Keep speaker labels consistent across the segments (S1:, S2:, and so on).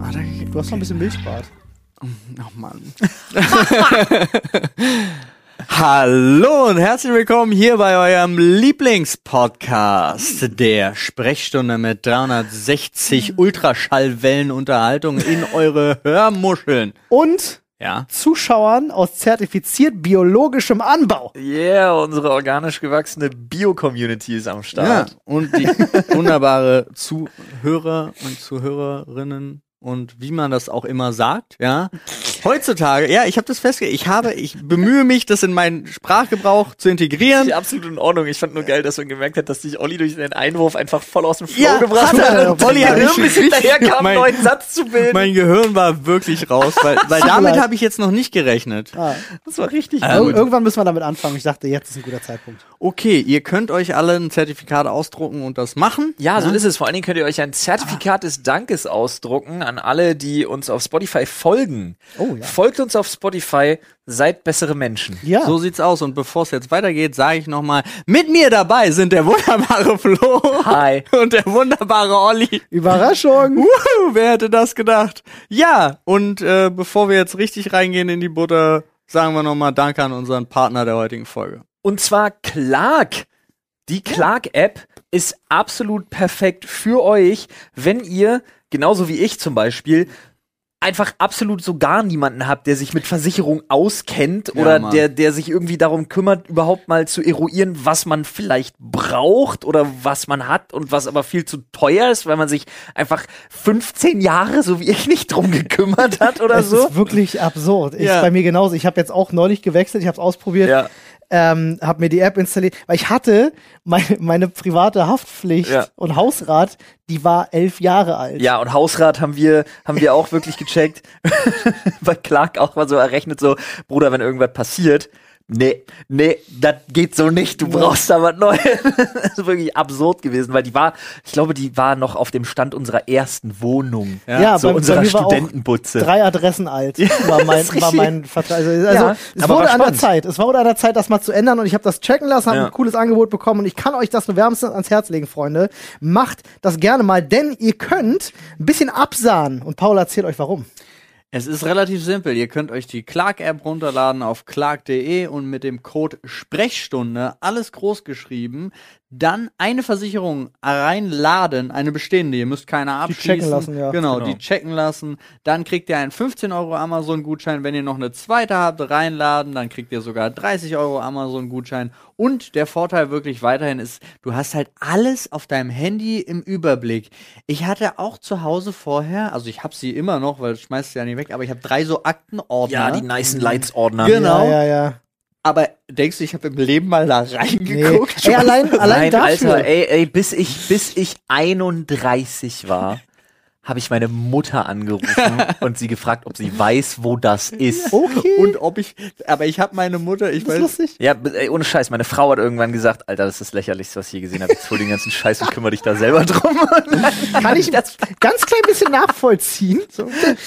S1: Ah, noch ein bisschen Milchbad.
S2: Ach Mann. Hallo und herzlich willkommen hier bei eurem Lieblingspodcast, der Sprechstunde mit 360 Ultraschallwellenunterhaltung in eure Hörmuscheln.
S1: Und
S2: Ja.
S1: Zuschauern aus zertifiziert biologischem Anbau.
S3: Yeah, unsere organisch gewachsene Bio-Community ist am
S2: ja.
S3: Start.
S2: Und die wunderbare Zuhörer und Zuhörerinnen und wie man das auch immer sagt, ja. Heutzutage, ja, ich habe das festge, ich habe, ich bemühe mich, das in meinen Sprachgebrauch zu
S3: Ja.
S2: integrieren.
S3: Ich absolut in Ordnung. Ich fand nur geil, dass man gemerkt hat, dass dich Olli durch den Einwurf einfach voll aus dem Flow
S2: Ja,
S3: gebracht
S2: hat er.
S3: hat. Und Olli hat
S2: Richtig,
S3: irgendwie hinterher
S2: richtig.
S3: kam,
S2: Mein-
S3: einen neuen Satz zu bilden.
S2: Mein Gehirn war wirklich raus, weil, weil damit
S1: leid.
S2: habe ich jetzt noch nicht gerechnet.
S1: Ah.
S3: das war richtig
S2: Ja,
S1: Ir-
S2: gut.
S1: Irgendwann müssen wir damit anfangen. Ich dachte, jetzt ist ein guter Zeitpunkt.
S2: Okay, ihr könnt euch alle ein Zertifikat ausdrucken und das machen.
S3: Ja, so ist es. Vor allen Dingen könnt ihr euch ein Zertifikat des Dankes ausdrucken an alle, die uns auf Spotify folgen.
S1: Oh, ja.
S3: Folgt uns auf Spotify, seid bessere Menschen.
S1: Ja.
S2: So sieht's aus. Und bevor es jetzt weitergeht, sage ich nochmal, mit mir dabei sind der wunderbare Flo
S3: Hi.
S2: und der wunderbare Olli.
S1: Überraschung.
S2: Wuhu, wer hätte das gedacht? Ja, und äh, bevor wir jetzt richtig reingehen in die Butter, sagen wir nochmal Danke an unseren Partner der heutigen Folge.
S3: Und zwar Clark. Die Clark-App ist absolut perfekt für euch, wenn ihr, genauso wie ich zum Beispiel, einfach absolut so gar niemanden habt, der sich mit Versicherung auskennt oder
S2: Mann.
S3: der, der sich irgendwie darum kümmert, überhaupt mal zu eruieren, was man vielleicht braucht oder was man hat und was aber viel zu teuer ist, weil man sich einfach 15 Jahre, so wie ich, nicht drum gekümmert hat oder
S1: Das
S3: so.
S1: ist wirklich absurd. Ist
S2: Ja.
S1: bei mir genauso. Ich habe jetzt auch neulich gewechselt, ich habe es ausprobiert,
S3: Ja.
S1: ähm, habe mir die App installiert, weil ich hatte meine, meine private Haftpflicht
S3: Ja.
S1: und Hausrat, die war elf Jahre alt.
S3: Ja, und Hausrat haben wir, haben wir auch wirklich gecheckt. Bei Clark auch mal so errechnet, so, Bruder, wenn irgendwas passiert, nee, nee, das geht so nicht, du brauchst da was Neues. das ist wirklich absurd gewesen, weil die war, ich glaube, die war noch auf dem Stand unserer ersten Wohnung.
S2: Ja,
S1: Ja,
S3: so
S1: bei, bei
S3: unserer
S1: mir war auch
S3: Studentenbutze.
S1: drei Adressen alt war mein,
S3: ist richtig.
S1: war mein Vertrag. Also, also
S3: Ja,
S1: es
S3: aber
S1: wurde
S3: war
S1: an der
S3: spannend.
S1: Zeit. Es wurde an der Zeit, das mal zu ändern und ich habe das checken lassen, habe
S3: Ja.
S1: ein cooles Angebot bekommen und ich kann euch das nur wärmstens ans Herz legen, Freunde. Macht das gerne mal, denn ihr könnt ein bisschen absahen und Paul erzählt euch warum.
S2: Es ist relativ simpel. Ihr könnt euch die Clark-App runterladen auf clark.de und mit dem Code Sprechstunde, alles groß geschrieben, dann eine Versicherung reinladen, eine bestehende. Ihr müsst keine abschließen.
S1: checken lassen, ja.
S2: Genau,
S3: Genau.
S2: die checken lassen. Dann kriegt ihr einen 15 Euro Amazon-Gutschein. Wenn ihr noch eine zweite habt, reinladen, dann kriegt ihr sogar 30 Euro Amazon-Gutschein. Und der Vorteil wirklich weiterhin ist, du hast halt alles auf deinem Handy im Überblick. Ich hatte auch zu Hause vorher, also ich habe sie immer noch, weil das schmeißt du ja nicht weg, aber ich habe drei so Aktenordner.
S3: ja, die nicen Lights-Ordner.
S2: Genau.
S1: Ja, ja, ja.
S2: aber denkst du, ich habe im Leben mal da
S1: Nee.
S2: reingeguckt?
S1: Ey, allein, allein
S3: Nein,
S1: dafür.
S3: Alter, ey, ey, bis ich, bis ich 31 war, habe ich meine Mutter angerufen und sie gefragt, ob sie weiß, wo das ist.
S1: okay.
S2: Und ob ich, aber ich habe meine Mutter, ich
S1: das ist
S2: weiß,
S1: lustig.
S3: Ja, b- ey, ohne Scheiß, meine Frau hat irgendwann gesagt, Alter, das ist das lächerlichste, was ich je gesehen habe. Jetzt hol den ganzen Scheiß und kümmere dich da selber drum.
S1: Kann ich das ganz klein bisschen nachvollziehen.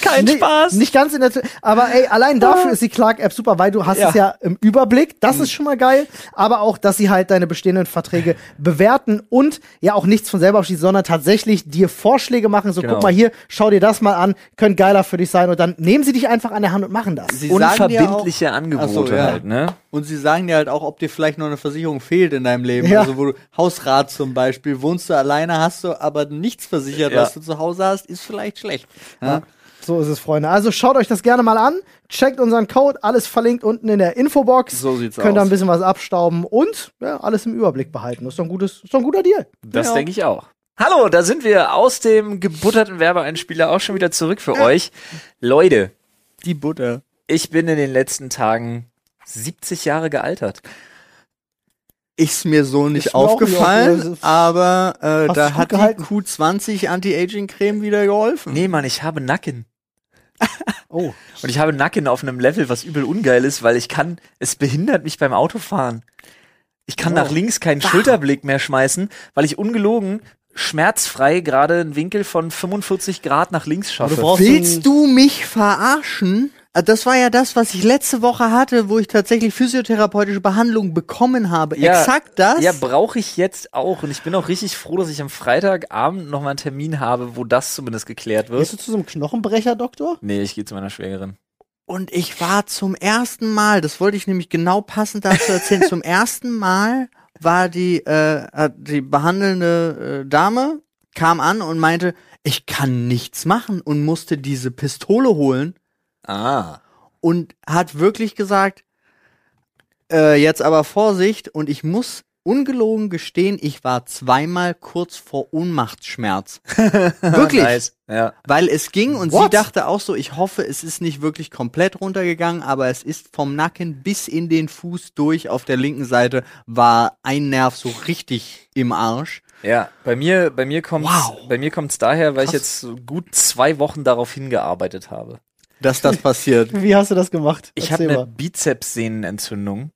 S3: Kein
S1: Nee,
S3: Spaß.
S1: Nicht ganz in der Tür. Aber ey, allein dafür ist die Clark-App super, weil du hast
S2: Ja.
S1: es ja im Überblick. Das ist schon mal geil. Aber auch, dass sie halt deine bestehenden Verträge bewerten und ja auch nichts von selber abschließen, sondern tatsächlich dir Vorschläge machen. So,
S3: Genau.
S1: guck mal hier, schau dir das mal an, könnte geiler für dich sein. Und dann nehmen sie dich einfach an der Hand und machen das.
S2: sie sagen dir auch,
S3: Unverbindliche Angebote
S2: Ach so, ja.
S3: halt, ne?
S2: Und sie sagen dir halt auch, ob dir vielleicht noch eine Versicherung fehlt in deinem Leben.
S1: Ja.
S2: Also wo du Hausrat zum Beispiel, wohnst du alleine, hast du aber nichts versichert,
S3: Ja.
S2: was du zu Hause hast, ist vielleicht schlecht. Ja.
S1: So ist es, Freunde. Also schaut euch das gerne mal an. Checkt unseren Code. Alles verlinkt unten in der Infobox.
S2: So sieht's
S1: Könnt da
S2: aus.
S1: ein bisschen was abstauben und ja, alles im Überblick behalten. Das ist doch ein, gutes, ist doch ein guter Deal.
S3: Das
S2: Ja.
S3: denke ich auch. Hallo, da sind wir aus dem gebutterten Werbeeinspieler auch schon wieder zurück für euch. Leute,
S2: Die Butter.
S3: ich bin in den letzten Tagen 70 Jahre gealtert.
S2: Ist mir so nicht
S1: Ist mir auch nicht
S2: aufgefallen,
S1: aufgefallen.
S2: aber äh,
S1: Hast
S2: da
S1: du gut
S2: hat
S1: gehalten.
S2: die Q20 Anti-Aging-Creme wieder geholfen.
S3: Nee, Mann, ich habe Nacken.
S1: Oh.
S3: Und ich habe Nacken auf einem Level, was übel ungeil ist, weil ich kann, es behindert mich beim Autofahren. Ich kann nach links keinen Schulterblick mehr schmeißen, weil ich ungelogen schmerzfrei gerade einen Winkel von 45 Grad nach links schaffe.
S1: brauchst-
S2: Willst du mich verarschen? Also Das war ja das, was ich letzte Woche hatte, wo ich tatsächlich physiotherapeutische Behandlung bekommen habe.
S3: Ja.
S2: Exakt das.
S3: Ja, brauche ich jetzt auch. Und ich bin auch richtig froh, dass ich am Freitagabend nochmal einen Termin habe, wo das zumindest geklärt
S1: Gehst
S3: wird.
S1: du zu so einem Knochenbrecher, Doktor?
S3: Nee, ich gehe zu meiner Schwägerin.
S2: Und ich war zum ersten Mal, das wollte ich nämlich genau passend dazu erzählen, zum ersten Mal war die, äh, hat die behandelnde äh, Dame, kam an und meinte, ich kann nichts machen und musste diese Pistole holen
S3: Ah.
S2: und hat wirklich gesagt, äh, jetzt aber Vorsicht und ich muss ungelogen gestehen, ich war zweimal kurz vor Ohnmachtsschmerz. wirklich.
S3: Ah, Nice. Ja.
S2: Weil es ging und sie
S1: What?
S2: dachte auch so, ich hoffe, es ist nicht wirklich komplett runtergegangen, aber es ist vom Nacken bis in den Fuß durch auf der linken Seite war ein Nerv so richtig im Arsch.
S3: Ja, bei mir, bei mir kommt's,
S2: Wow.
S3: bei mir kommt's daher, weil ich
S2: Krass.
S3: jetzt so gut zwei Wochen darauf hingearbeitet habe.
S2: Dass das passiert.
S1: Wie hast du das gemacht?
S3: Ich ne- habe
S1: Erzähl
S3: eine
S1: mal.
S3: Bizepssehnenentzündung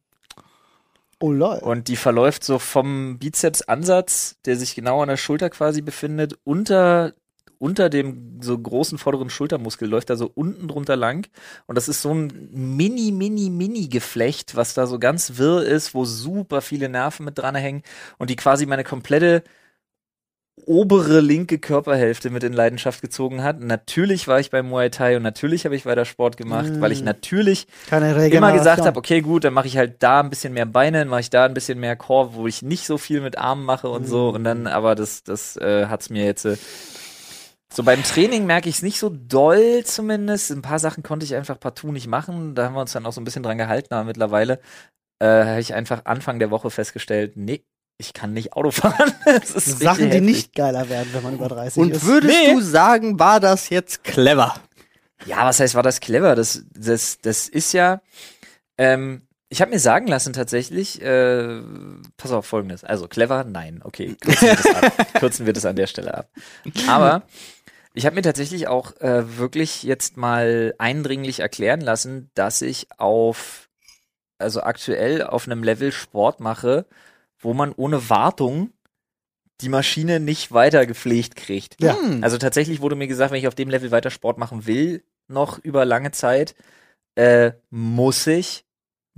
S1: Oh lol.
S3: und die verläuft so vom Bizepsansatz, der sich genau an der Schulter quasi befindet, unter unter dem so großen vorderen Schultermuskel läuft da so unten drunter lang und das ist so ein mini mini mini Geflecht, was da so ganz wirr ist, wo super viele Nerven mit dran hängen und die quasi meine komplette obere linke Körperhälfte mit in Leidenschaft gezogen hat. Natürlich war ich beim Muay Thai und natürlich habe ich weiter Sport gemacht, weil ich
S1: Mm.
S3: natürlich
S1: Keine Regeneration.
S3: immer gesagt habe, okay, gut, dann mache ich halt da ein bisschen mehr Beine, dann mache ich da ein bisschen mehr Core, wo ich nicht so viel mit Armen mache und so. Und
S1: Mhm.
S3: dann, aber das, das äh, hat's mir jetzt. Äh, so beim Training merke ich es nicht so doll zumindest. Ein paar Sachen konnte ich einfach partout nicht machen. Da haben wir uns dann auch so ein bisschen dran gehalten, aber mittlerweile äh, habe ich einfach Anfang der Woche festgestellt, nee, ich kann nicht Auto fahren. Das ist richtig
S1: Sachen, die
S3: heftig.
S1: nicht geiler werden, wenn man über 30
S2: Und
S1: ist.
S2: würdest
S3: Nee.
S2: du sagen, war das jetzt clever?
S3: Ja, was heißt, war das clever? Das, das, das ist ja. Ähm, ich habe mir sagen lassen tatsächlich, äh, pass auf folgendes. Also clever, nein, okay, kürzen wir das, ab. Kürzen wir das an der Stelle ab. Aber ich habe mir tatsächlich auch äh, wirklich jetzt mal eindringlich erklären lassen, dass ich auf, also aktuell auf einem Level Sport mache, wo man ohne Wartung die Maschine nicht weiter gepflegt kriegt.
S1: Ja.
S2: Hm.
S3: Also tatsächlich wurde mir gesagt, wenn ich auf dem Level weiter Sport machen will, noch über lange Zeit, äh, muss ich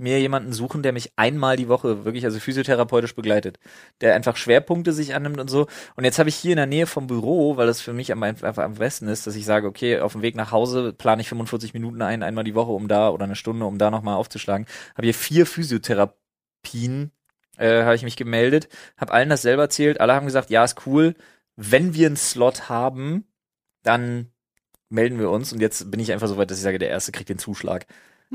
S3: mir jemanden suchen, der mich einmal die Woche wirklich, also physiotherapeutisch begleitet, der einfach Schwerpunkte sich annimmt und so. Und jetzt habe ich hier in der Nähe vom Büro, weil das für mich am, einfach am besten ist, dass ich sage, okay, auf dem Weg nach Hause plane ich 45 Minuten ein, einmal die Woche, um da oder eine Stunde, um da nochmal aufzuschlagen. Habe hier vier Physiotherapien, äh, habe ich mich gemeldet, habe allen das selber erzählt, alle haben gesagt, ja, ist cool, wenn wir einen Slot haben, dann melden wir uns. Und jetzt bin ich einfach so weit, dass ich sage, der Erste kriegt den Zuschlag.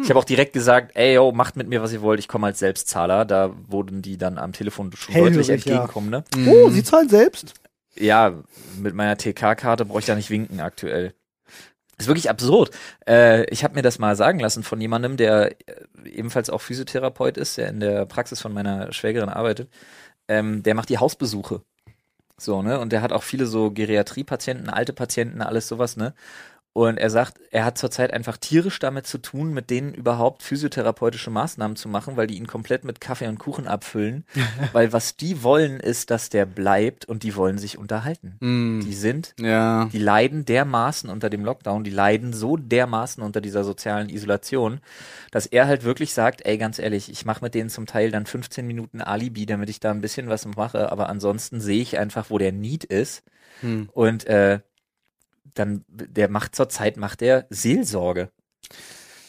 S3: Ich habe auch direkt gesagt, ey, yo, macht mit mir, was ihr wollt, ich komme als Selbstzahler. Da wurden die dann am Telefon schon
S1: Hellhörig,
S3: deutlich entgegenkommen, ne?
S1: Oh, sie zahlen selbst.
S3: Ja, mit meiner TK-Karte brauche ich da nicht winken aktuell. Ist wirklich absurd. Äh, ich habe mir das mal sagen lassen von jemandem, der äh, ebenfalls auch Physiotherapeut ist, der in der Praxis von meiner Schwägerin arbeitet. Ähm, der macht die Hausbesuche. So, ne? Und der hat auch viele so Geriatrie-Patienten, alte Patienten, alles sowas, ne? Und er sagt, er hat zurzeit einfach tierisch damit zu tun, mit denen überhaupt physiotherapeutische Maßnahmen zu machen, weil die ihn komplett mit Kaffee und Kuchen abfüllen. weil was die wollen, ist, dass der bleibt und die wollen sich unterhalten.
S2: Hm.
S3: Die sind,
S2: Ja.
S3: die leiden dermaßen unter dem Lockdown, die leiden so dermaßen unter dieser sozialen Isolation, dass er halt wirklich sagt, ey, ganz ehrlich, ich mache mit denen zum Teil dann 15 Minuten Alibi, damit ich da ein bisschen was mache, aber ansonsten sehe ich einfach, wo der Need ist.
S2: Hm.
S3: Und äh, dann, der macht zurzeit, macht er Seelsorge.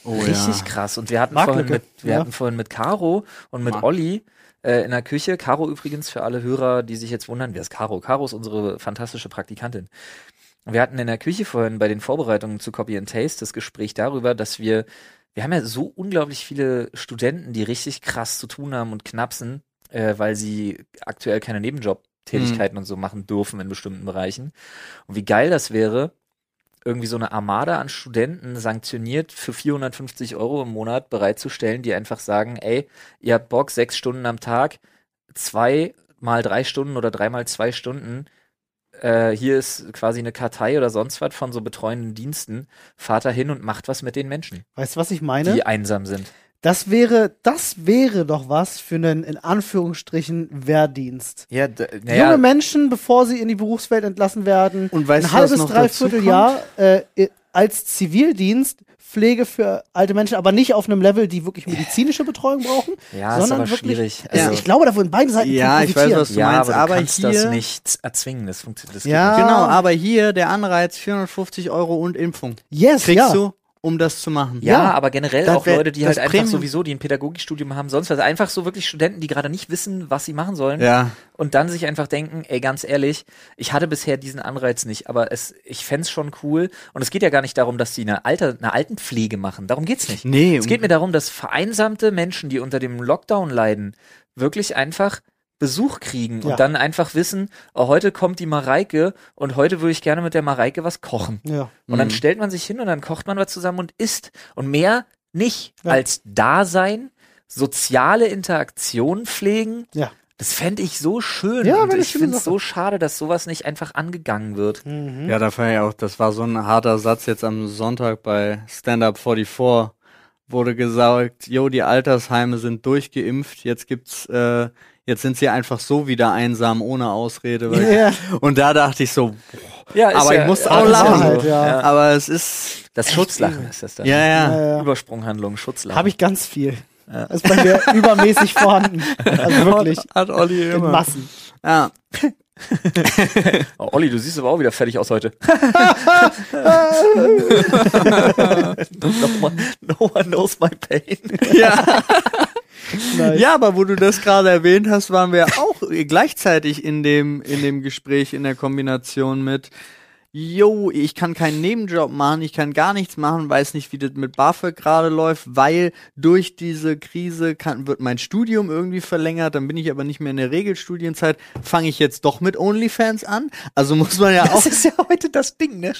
S2: Oh,
S3: Richtig krass. Und wir hatten vorhin
S1: Marktlücke,
S3: mit, wir
S1: ja.
S3: hatten vorhin mit Caro und mit
S2: Mark-
S3: Olli äh, in der Küche. Caro übrigens für alle Hörer, die sich jetzt wundern, wer ist Caro? Caro ist unsere fantastische Praktikantin. Wir hatten in der Küche vorhin bei den Vorbereitungen zu Copy and Taste das Gespräch darüber, dass wir, wir haben ja so unglaublich viele Studenten, die richtig krass zu tun haben und knapsen, äh, weil sie aktuell keine Nebenjobtätigkeiten und so machen dürfen in bestimmten Bereichen. Und wie geil das wäre, irgendwie so eine Armada an Studenten sanktioniert für 450 Euro im Monat bereitzustellen, die einfach sagen, ey, ihr habt Bock, sechs Stunden am Tag, zwei mal drei Stunden oder drei mal zwei Stunden. Äh, hier ist quasi eine Kartei oder sonst was von so betreuenden Diensten. Fahrt da hin und macht was mit den Menschen,
S1: Weißt du, was ich meine?
S3: die einsam sind.
S1: Das wäre, das wäre doch was für einen, in Anführungsstrichen, Wehrdienst.
S3: Ja, d-
S1: Junge
S3: naja,
S1: Menschen, bevor sie in die Berufswelt entlassen werden,
S2: Und weißt
S1: ein
S2: du, was
S1: halbes,
S2: noch dazu
S1: dreivierteljahr äh, äh, als Zivildienst Pflege für alte Menschen, aber nicht auf einem Level, die wirklich medizinische Betreuung brauchen,
S3: Ja, ist
S1: sondern
S3: aber
S1: wirklich.
S3: schwierig.
S1: Also
S2: Ja.
S1: Ich glaube, da wurden beide Seiten von
S2: Ja, ich weiß,
S1: profitieren.
S2: was du meinst, aber hier,
S3: nicht erzwingen. Das funktioniert. Das
S1: Ja.
S3: ja.
S2: genau, aber hier der Anreiz 450 Euro und Impfung
S1: Yes,
S2: kriegst
S1: ja.
S2: du, um das zu machen.
S3: Ja,
S1: Ja.
S3: aber generell
S2: Das
S3: auch
S2: wär-
S3: Leute, die
S2: das
S3: halt einfach
S2: Premium-
S3: sowieso, die ein Pädagogikstudium haben, sonst was. Einfach so wirklich Studenten, die gerade nicht wissen, was sie machen sollen.
S2: Ja.
S3: Und dann sich einfach denken, ey, ganz ehrlich, ich hatte bisher diesen Anreiz nicht, aber es, ich fänd's schon cool. Und es geht ja gar nicht darum, dass sie eine, Alter, eine Altenpflege machen. Darum geht's nicht.
S2: Nee,
S3: Es geht mir darum, dass vereinsamte Menschen, die unter dem Lockdown leiden, wirklich einfach Besuch kriegen
S1: Ja.
S3: und dann einfach wissen, oh, heute kommt die Mareike und heute würde ich gerne mit der Mareike was kochen.
S1: Ja.
S3: Und dann
S2: Mhm.
S3: stellt man sich hin und dann kocht man was zusammen und isst. Und mehr nicht
S1: Ja.
S3: als Dasein, soziale Interaktion pflegen.
S1: Ja.
S3: Das fände ich so schön.
S1: Ja,
S3: und
S1: wäre eine
S3: ich
S1: schöne
S3: finde es
S1: Sache.
S3: so schade, dass sowas nicht einfach angegangen wird.
S1: Mhm.
S2: Ja, da fand ich auch, das war so ein harter Satz jetzt am Sonntag bei Stand Up 44. Wurde gesagt, jo, die Altersheime sind durchgeimpft, jetzt gibt's, äh, jetzt sind sie einfach so wieder einsam, ohne Ausrede. Weil
S1: Ja.
S2: Und da dachte ich so, boah,
S3: Ja, ist
S2: aber
S3: ja- äh,
S2: ich muss
S3: ja,
S2: auch
S1: das ist ja
S2: lachen.
S1: halt, ja.
S3: Ja.
S2: Aber es ist,
S3: Das Schutzlachen ist das dann.
S2: ja, ja.
S1: Äh,
S3: Übersprunghandlung, Schutzlachen.
S1: Habe ich ganz viel. Ist bei mir übermäßig vorhanden. Also wirklich.
S2: Hat Olli
S1: In
S2: immer.
S1: Massen.
S2: Ja.
S3: Oh, Olli, du siehst aber auch wieder fertig aus heute. no, one, no one knows my pain.
S2: ja.
S1: Nice.
S2: Ja, aber wo du das gerade erwähnt hast, waren wir auch gleichzeitig in dem, in dem Gespräch, in der Kombination mit, yo, ich kann keinen Nebenjob machen, ich kann gar nichts machen, weiß nicht, wie das mit BAföG gerade läuft, weil durch diese Krise kann, wird mein Studium irgendwie verlängert, dann bin ich aber nicht mehr in der Regelstudienzeit, fange ich jetzt doch mit OnlyFans an? Also muss man ja auch...
S3: Das ist ja heute das Ding, ne?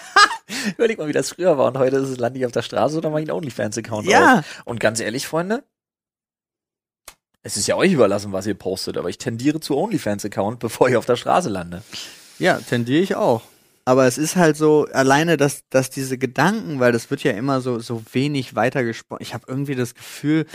S3: Überleg mal, wie das früher war und heute ist es lande ich auf der Straße oder mache ich einen OnlyFans-Account
S2: Ja.
S3: auf. Und ganz ehrlich, Freunde, es ist ja euch überlassen, was ihr postet, aber ich tendiere zu OnlyFans-Account, bevor ich auf der Straße lande.
S2: Ja, tendiere ich auch. Aber es ist halt so, alleine, dass, dass diese Gedanken, weil das wird ja immer so, so wenig weitergesprochen. Ich habe irgendwie das Gefühl,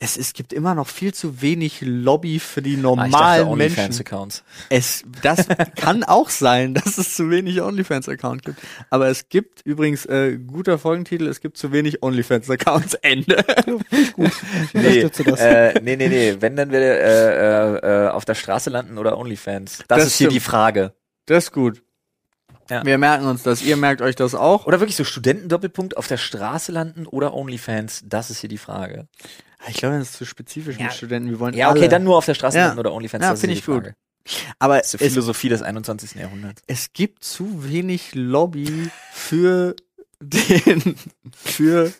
S2: es, es gibt immer noch viel zu wenig Lobby für die
S3: Ah, ich
S2: normalen
S3: dachte
S2: Menschen.
S3: OnlyFans-Accounts.
S2: Es, das kann auch sein, dass es zu wenig OnlyFans-Account gibt. Aber es gibt übrigens, äh, guter Folgentitel, es gibt zu wenig OnlyFans-Accounts. Ende.
S1: Ich unterstütze das.
S3: Äh, nee, nee, nee. Wenn, dann wir äh, äh, äh, auf der Straße landen oder OnlyFans. Das,
S2: Das
S3: ist hier
S2: stimmt.
S3: die Frage.
S2: Das ist gut.
S3: Ja.
S2: Wir merken uns das. Ihr merkt euch das auch.
S3: Oder wirklich so Studenten-Doppelpunkt auf der Straße landen oder OnlyFans? Das ist hier die Frage.
S2: Ah, Ich glaube, das ist zu spezifisch mit
S3: Ja.
S2: Studenten. Wir wollen
S3: Ja, okay,
S2: alle.
S3: dann nur auf der Straße
S2: Ja.
S3: landen oder OnlyFans.
S2: Ja,
S3: das ist
S2: finde
S3: hier
S2: ich
S3: die
S2: gut.
S3: Frage.
S2: Aber
S3: Das ist die
S2: es
S3: Philosophie des 21. Jahrhunderts.
S2: es gibt zu wenig Lobby für den für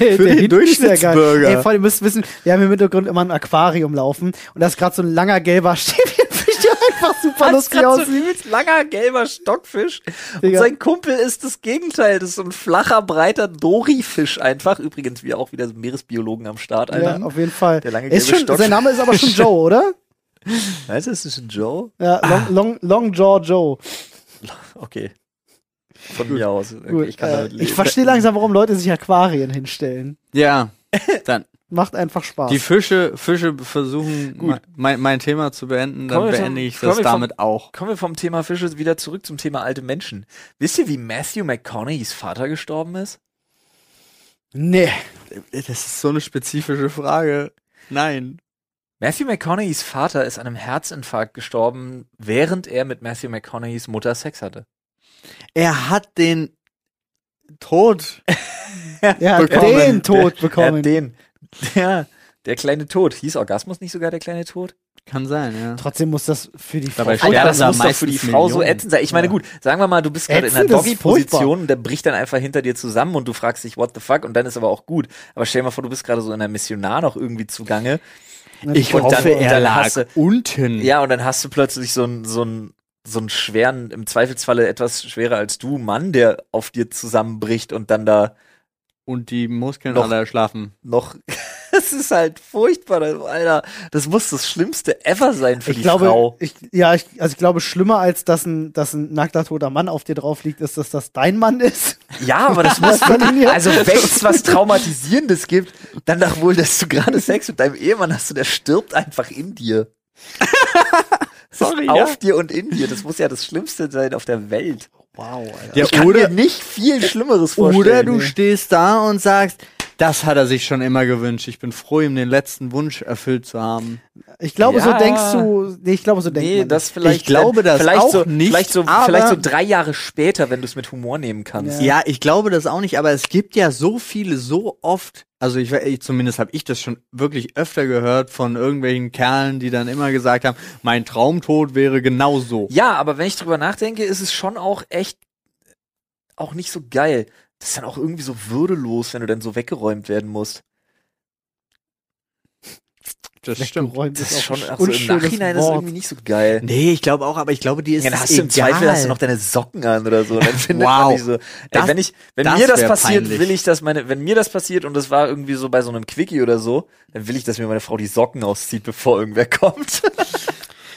S1: Der,
S2: Für den
S1: Hit ist ja geil.
S2: Durchschnittsbürger.
S1: Ey, voll, ihr müsst wissen, wir haben im Hintergrund immer ein Aquarium laufen und da ist gerade so ein langer gelber Stäbchenfisch, der einfach super lustig aussieht.
S3: übelst langer gelber Stockfisch.
S1: Digga.
S3: Kumpel ist das Gegenteil. Das ist so ein flacher, breiter Dori-Fisch einfach. Übrigens, wir auch wieder Meeresbiologen am Start,
S1: Ja, auf jeden Fall.
S3: Der lange
S1: Ist
S3: gelbe
S1: schon,
S3: Stock.
S1: sein Name ist aber schon Joe, oder?
S3: Weißt du, das ist ein Joe.
S1: Ja, Long, Long, Long Jaw Joe.
S3: Okay. Von mir aus.
S1: Gut,
S3: ich kann
S1: äh,
S3: damit leben.
S1: ich verstehe langsam, warum Leute sich Aquarien hinstellen.
S2: ja dann
S1: Macht einfach Spaß.
S2: die Fische Fische versuchen mein, mein, mein Thema zu beenden dann
S3: Kommen wir zum-
S2: beende ich
S3: kommen
S2: das
S3: wir vom-
S2: damit auch
S3: Kommen wir vom Thema Fische wieder zurück zum Thema alte Menschen. Wisst ihr, wie Matthew McConaughey's Vater gestorben ist?
S1: nee.
S2: das ist so eine spezifische Frage nein
S3: Matthew McConaughey's Vater ist an einem Herzinfarkt gestorben, während er mit Matthew McConaughey's Mutter Sex hatte.
S2: er hat den Tod
S1: Er hat
S3: Bekommen.
S1: den Tod
S3: Der- Er hat
S1: bekommen.
S3: den. Ja, der kleine Tod. Hieß Orgasmus nicht sogar der kleine Tod?
S2: kann sein ja
S1: Trotzdem muss das für die
S2: Dabei
S1: Frau-
S2: steht-
S3: ja, das
S2: da
S3: muss doch für die
S2: meistens
S3: Frau so
S2: Millionen.
S3: ätzend sein. Ich meine,
S2: Ja.
S3: gut, sagen wir mal, du bist gerade in einer
S1: Ätzend, das ist furchtbar.
S3: Doggy-Position und der bricht dann einfach hinter dir zusammen und du fragst dich, what the fuck? Und dann ist aber auch gut. Aber stell dir mal vor, du bist gerade so in einer Missionar noch irgendwie zugange.
S1: Ich
S3: Und dann- und dann hast du-
S1: Hm.
S2: unten ja
S3: Ja, und dann hast du plötzlich so einen so einen so einen schweren, im Zweifelsfalle etwas schwerer als du, Mann, der auf dir zusammenbricht und dann da
S2: und die Muskeln
S3: Noch-
S2: alle erschlafen
S3: noch das ist halt furchtbar, das- Alter. Das muss das Schlimmste ever sein für
S1: Ich
S3: die
S1: glaube,
S3: Frau.
S1: ich, ja, ich, also ich glaube, schlimmer als dass ein, dass ein nackter toter Mann auf dir drauf liegt, ist, dass das dein Mann ist.
S3: Ja, aber das
S1: Was
S3: muss
S1: soll denn
S3: wirklich,
S1: hier?
S3: also wenn es was Traumatisierendes gibt, dann doch wohl, dass du gerade Sex mit deinem Ehemann hast und der stirbt einfach in dir.
S2: Sorry,
S3: Auf dir und in dir. Das muss ja das Schlimmste sein auf der Welt.
S1: Wow, Alter.
S2: Ja,
S3: ich kann
S2: oder-
S3: mir nicht viel Schlimmeres vorstellen.
S2: Oder du
S3: Nee.
S2: stehst da und sagst, das hat er sich schon immer gewünscht. Ich bin froh, ihm den letzten Wunsch erfüllt zu haben.
S1: Ich glaube, so
S3: Ja.
S1: denkst du, nee, ich glaube, so denkt
S3: Nee,
S1: man.
S3: das
S1: nicht.
S3: vielleicht. äh,
S2: Ich glaube das
S3: vielleicht
S2: auch
S3: so,
S2: nicht,
S3: Vielleicht so,
S2: aber-
S3: vielleicht so drei Jahre später, wenn du es mit Humor nehmen kannst.
S2: Ja, ich glaube das auch nicht, aber es gibt ja so viele, so oft, also ich, we- ich zumindest habe ich das schon wirklich öfter gehört von irgendwelchen Kerlen, die dann immer gesagt haben, mein Traumtod wäre genau so.
S3: Ja, aber wenn ich drüber nachdenke, ist es schon auch echt auch nicht so geil. Das ist dann auch irgendwie so würdelos, wenn du dann so weggeräumt werden musst.
S2: Das
S1: Weggeräumt
S3: Das
S1: auch
S3: ist schon
S1: ein
S3: auch so im
S1: unschönes
S3: Nachhinein ist
S1: Wort.
S3: irgendwie nicht so geil.
S2: Nee, ich glaube auch, aber ich glaube, die ist
S3: Ja, dann
S2: es
S3: hast du im
S2: egal.
S3: Zweifel hast du noch deine Socken an oder so. Dann findet
S2: Wow.
S3: man die so. Ey,
S2: Das-
S3: wenn ich, wenn
S2: das
S3: mir das
S2: wär
S3: passiert,
S2: peinlich.
S3: will ich, dass meine, wenn mir das passiert und das war irgendwie so bei so einem Quickie oder so, dann will ich, dass mir meine Frau die Socken auszieht, bevor irgendwer kommt.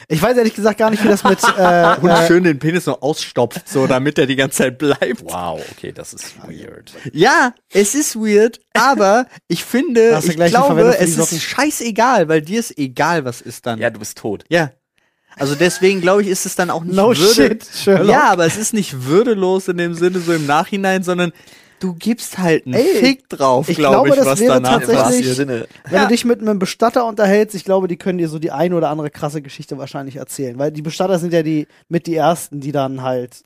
S1: Ich weiß ehrlich gesagt gar nicht, wie das mit, äh,
S2: und schön den Penis noch ausstopft, so damit er die ganze Zeit bleibt.
S3: Wow, okay, das ist weird.
S2: Ja, es ist weird, aber ich finde,
S1: Hast du
S2: ich
S1: gleich die Verwendung
S2: glaube,
S1: für die
S2: es
S1: Socken?
S2: ist scheißegal, weil dir ist egal, was ist dann.
S3: Ja, du bist tot.
S2: Ja. Also deswegen glaube ich, ist es dann auch nicht
S1: No
S2: würde
S1: shit, Sherlock.
S2: Ja, aber es ist nicht würdelos in dem Sinne so im Nachhinein, sondern du gibst halt einen
S1: Ey,
S2: Fick drauf,
S1: ich glaube,
S2: glaube ich,
S1: das
S2: was
S1: wäre
S2: danach
S1: tatsächlich-
S2: passiert.
S3: Sinne.
S1: äh, wenn
S2: Ja.
S1: du dich mit einem Bestatter unterhältst, ich glaube, die können dir so die eine oder andere krasse Geschichte wahrscheinlich erzählen, weil die Bestatter sind ja die, mit die ersten, die dann halt,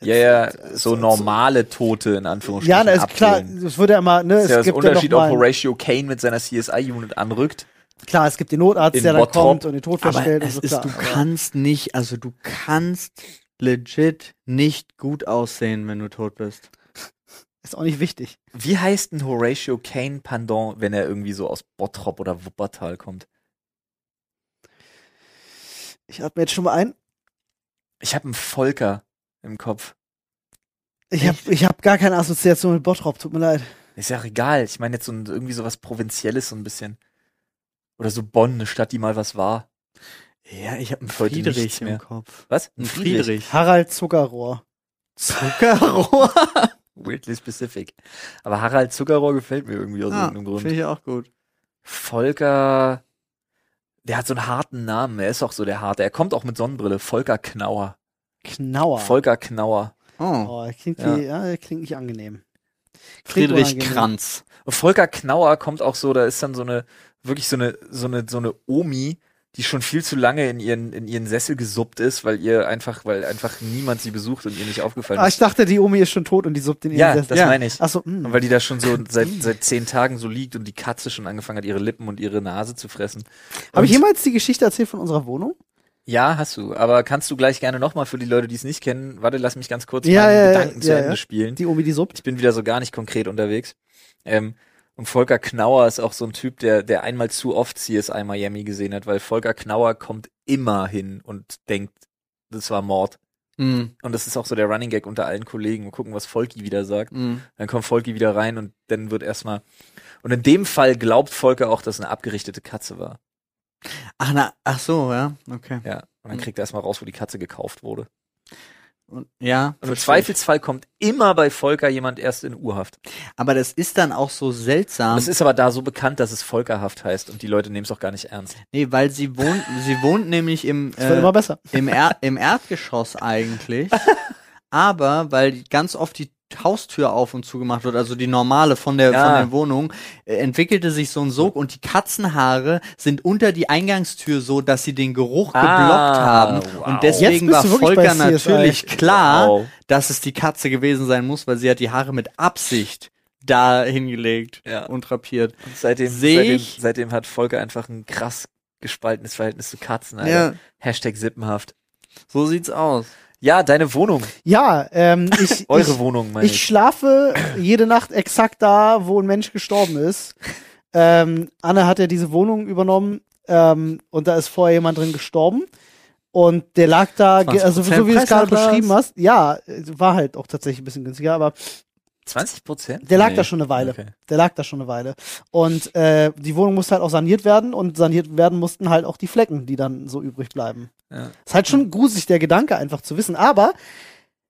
S3: Ja, ja, so normale Tote in Anführungsstrichen.
S1: ja, na, ist klar,
S3: ablehnen.
S1: es wird ja immer, ne,
S3: Das ist ja
S1: es gibt
S3: das
S1: ja noch
S3: Unterschied, ob
S1: mal,
S3: Horatio Kane mit seiner CSI-Unit anrückt.
S1: klar, es gibt den Notarzt,
S3: in
S1: der dann
S3: Bottrop,
S1: kommt und den Tod
S2: Aber
S1: verstellt und
S2: es
S1: so,
S2: ist,
S1: klar.
S2: du
S1: aber-
S2: kannst nicht, also du kannst legit nicht gut aussehen, wenn du tot bist.
S1: ist auch nicht wichtig.
S3: Wie heißt ein Horatio Kane Pendant, wenn er irgendwie so aus Bottrop oder Wuppertal kommt?
S1: Ich atme jetzt schon mal ein.
S3: Ich habe einen Volker im Kopf.
S1: Ich habe ich hab gar keine Assoziation mit Bottrop, tut mir leid.
S3: Ist ja auch egal. Ich meine jetzt so ein, irgendwie so was Provinzielles so ein bisschen. Oder so Bonn, eine Stadt, die mal was war.
S2: Ja, ich habe einen
S3: Heute nichts
S2: Friedrich im
S3: mehr.
S2: Kopf.
S3: Was?
S2: Ein Friedrich.
S1: Harald Zuckerrohr.
S2: Zuckerrohr.
S3: Weirdly specific. Aber Harald Zuckerrohr gefällt mir irgendwie aus
S2: Ah,
S3: irgendeinem Grund.
S2: Finde ich auch gut.
S3: Volker, der hat so einen harten Namen. Er ist auch so der harte. Er kommt auch mit Sonnenbrille. Volker Knauer.
S1: Knauer.
S3: Volker Knauer.
S2: Oh.
S1: oh, klingt,
S3: Ja.
S1: Wie, ja, klingt nicht angenehm. Klingt
S2: Friedrich
S1: unangenehm.
S2: Kranz.
S3: Und Volker Knauer kommt auch so, da ist dann so eine, wirklich so eine, so eine, so eine Omi, die schon viel zu lange in ihren, in ihren Sessel gesuppt ist, weil ihr einfach, weil einfach niemand sie besucht und ihr nicht aufgefallen
S1: Ah, ich
S3: ist.
S1: dachte, die Omi ist schon tot und die suppt in ihren
S3: Ja,
S1: Sessel.
S3: das
S2: Ja.
S3: meine ich.
S1: Achso,
S3: Und
S1: mh.
S3: weil die da schon so seit, seit zehn Tagen so liegt und die Katze schon angefangen hat, ihre Lippen und ihre Nase zu fressen.
S1: Habe ich
S3: Und-
S1: jemals die Geschichte erzählt von unserer Wohnung?
S3: Ja, hast du. Aber kannst du gleich gerne nochmal für die Leute, die es nicht kennen, warte, lass mich ganz kurz
S1: Ja,
S3: meinen
S1: ja,
S3: Gedanken zu
S1: ja,
S3: Ende
S1: ja.
S3: spielen.
S1: Die Omi, die suppt?
S3: Ich bin wieder so gar nicht konkret unterwegs. Ähm, und Volker Knauer ist auch so ein Typ, der, der einmal zu oft CSI Miami gesehen hat, weil Volker Knauer kommt immer hin und denkt, das war Mord.
S2: Mm,
S3: Und das ist auch so der Running Gag unter allen Kollegen. Wir gucken, was Volki wieder sagt.
S2: mm.
S3: Dann kommt Volki wieder rein und dann wird erstmal. Und in dem Fall glaubt Volker auch, dass eine abgerichtete Katze war.
S2: Ach, na, ach so, ja, okay.
S3: Ja. Und dann
S2: Mhm.
S3: kriegt er erstmal raus, wo die Katze gekauft wurde.
S2: Und,
S1: Also
S2: ja,
S3: Und im
S2: verstehe ich.
S3: Zweifelsfall kommt immer bei Volker jemand erst in Urhaft.
S2: Aber das ist dann auch so seltsam.
S3: Das ist aber da so bekannt, dass es Volkerhaft heißt und die Leute nehmen es auch gar nicht ernst.
S2: nee, weil sie wohnt, sie wohnt nämlich im,
S1: Das wird
S2: äh,
S1: immer besser.
S2: im, er im Erdgeschoss eigentlich. aber weil die- ganz oft die Haustür auf und zugemacht wird, also die normale von der,
S3: Ja.
S2: von der Wohnung, äh, entwickelte sich so ein Sog und die Katzenhaare sind unter die Eingangstür so, dass sie den Geruch
S3: Ah,
S2: geblockt haben.
S3: wow.
S2: Und deswegen
S1: Jetzt
S2: war
S1: bist du wirklich
S2: Volker
S1: bei CSI.
S2: natürlich klar,
S3: Wow.
S2: dass es die Katze gewesen sein muss, weil sie hat die Haare mit Absicht da hingelegt
S3: Ja.
S2: und rapiert.
S3: Und seitdem,
S2: Seh
S3: seitdem,
S2: ich-
S3: seitdem hat Volker einfach ein krass gespaltenes Verhältnis zu Katzen. Alter.
S2: Ja.
S3: Hashtag Sippenhaft.
S2: So sieht's aus.
S3: Ja, deine Wohnung.
S1: Ja, ähm, ich,
S3: Eure
S1: ich,
S3: Wohnung, meine ich.
S1: ich schlafe jede Nacht exakt da, wo ein Mensch gestorben ist. Ähm, Anne hat ja diese Wohnung übernommen ähm, und da ist vorher jemand drin gestorben. Und der lag da, ge- also so wie du es gerade
S2: Preisnachlass.
S1: beschrieben hast, ja, äh, war halt auch tatsächlich ein bisschen günstiger, aber
S3: 20 Prozent?
S1: Der lag
S2: Nee.
S1: da schon eine Weile.
S3: Okay.
S1: Der lag da schon eine Weile. Und äh, die Wohnung musste halt auch saniert werden und saniert werden mussten halt auch die Flecken, die dann so übrig bleiben.
S3: Ja.
S1: Ist halt schon gruselig, der Gedanke einfach zu wissen. Aber
S3: Hm.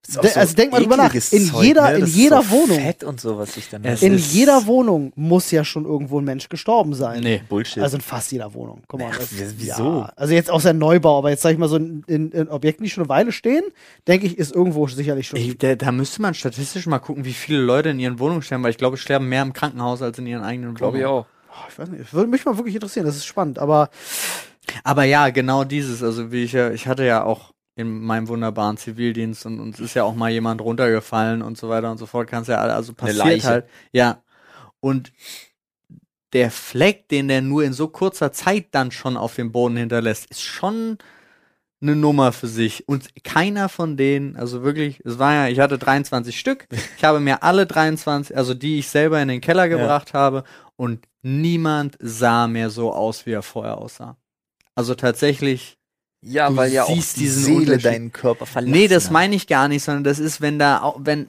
S3: Ist auch
S1: De- also denk mal drüber nach.
S3: ekliges ne?
S1: In jeder- in
S3: Das ist
S1: jeder
S3: so
S1: Wohnung.
S3: Fett und so, was ich dann
S2: Es
S1: in
S2: ist-
S1: jeder Wohnung muss ja schon irgendwo ein Mensch gestorben sein.
S2: Nee.
S3: Bullshit.
S1: Also in fast jeder Wohnung. Guck mal,
S3: Ach,
S1: das-
S3: w- wieso?
S1: Ja. Also jetzt außer Neubau, aber jetzt sag ich mal so in, in, in Objekten, die schon eine Weile stehen, denke ich, ist irgendwo sicherlich schon.
S2: Ey, da, da müsste man statistisch mal gucken, wie viele Leute in ihren Wohnungen sterben, weil ich glaube, sterben mehr im Krankenhaus als in ihren eigenen
S3: glaube ich
S2: Wohnungen.
S3: auch.
S1: Oh, ich weiß nicht, würde mich mal wirklich interessieren, das ist spannend, aber
S2: Aber ja, genau dieses. Also wie ich ja, ich hatte ja auch in meinem wunderbaren Zivildienst und uns ist ja auch mal jemand runtergefallen und so weiter und so fort. Kannst ja alle, also passiert
S3: Leiche.
S2: halt. Ja. Und der Fleck, den der nur in so kurzer Zeit dann schon auf dem Boden hinterlässt, ist schon eine Nummer für sich. Und keiner von denen, also wirklich, es war ja, ich hatte 23 Stück. Ich habe mir alle 23, also die ich selber in den Keller
S3: Ja.
S2: gebracht habe und niemand sah mehr so aus, wie er vorher aussah. Also tatsächlich,
S3: Ja,
S2: Du
S3: weil ja auch
S2: siehst
S3: die
S2: diesen
S3: Seele
S2: Unterschied.
S3: deinen Körper verlässt.
S2: nee, das meine ich gar nicht, sondern das ist, wenn da, au- wenn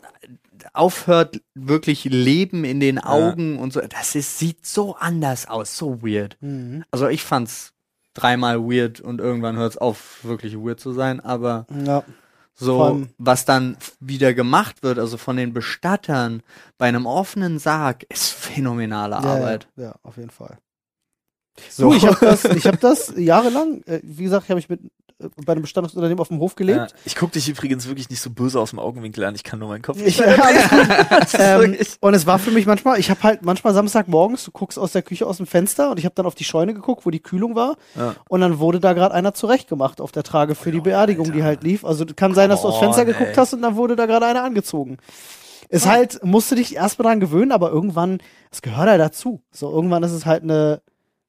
S2: aufhört wirklich Leben in den Augen und so, das ist, sieht so anders aus, so weird.
S1: mhm.
S2: Also ich fand's dreimal weird und irgendwann hört's auf, wirklich weird zu sein, aber
S1: Mhm, ja. Vor
S2: so,
S1: allem-
S2: was dann f- wieder gemacht wird, also von den Bestattern bei einem offenen Sarg, ist phänomenale
S1: Ja,
S2: Arbeit.
S1: Ja, ja, auf jeden Fall.
S2: So.
S1: Du, ich habe das, ich hab das jahrelang, äh, wie gesagt, habe ich mit äh, bei einem Bestandungsunternehmen auf dem Hof
S3: Ja.
S1: gelebt.
S3: Ich guck dich übrigens wirklich nicht so böse aus dem Augenwinkel an. Ich kann nur meinen Kopf.
S1: Ich, ja, alles gut.
S3: Das ist
S1: ähm,
S3: wirklich-
S1: und es war für mich manchmal, ich habe halt manchmal Samstagmorgens, du guckst aus der Küche aus dem Fenster und ich habe dann auf die Scheune geguckt, wo die Kühlung war
S3: Ja.
S1: und dann wurde da gerade einer zurechtgemacht auf der Trage für die Beerdigung, die halt lief. Also kann sein, dass du aufs
S3: Come on,
S1: Fenster geguckt
S3: ey.
S1: hast und dann wurde da gerade einer angezogen. Ist halt, musst du dich erstmal dran gewöhnen, aber irgendwann, es gehört halt dazu. So, irgendwann ist es halt eine,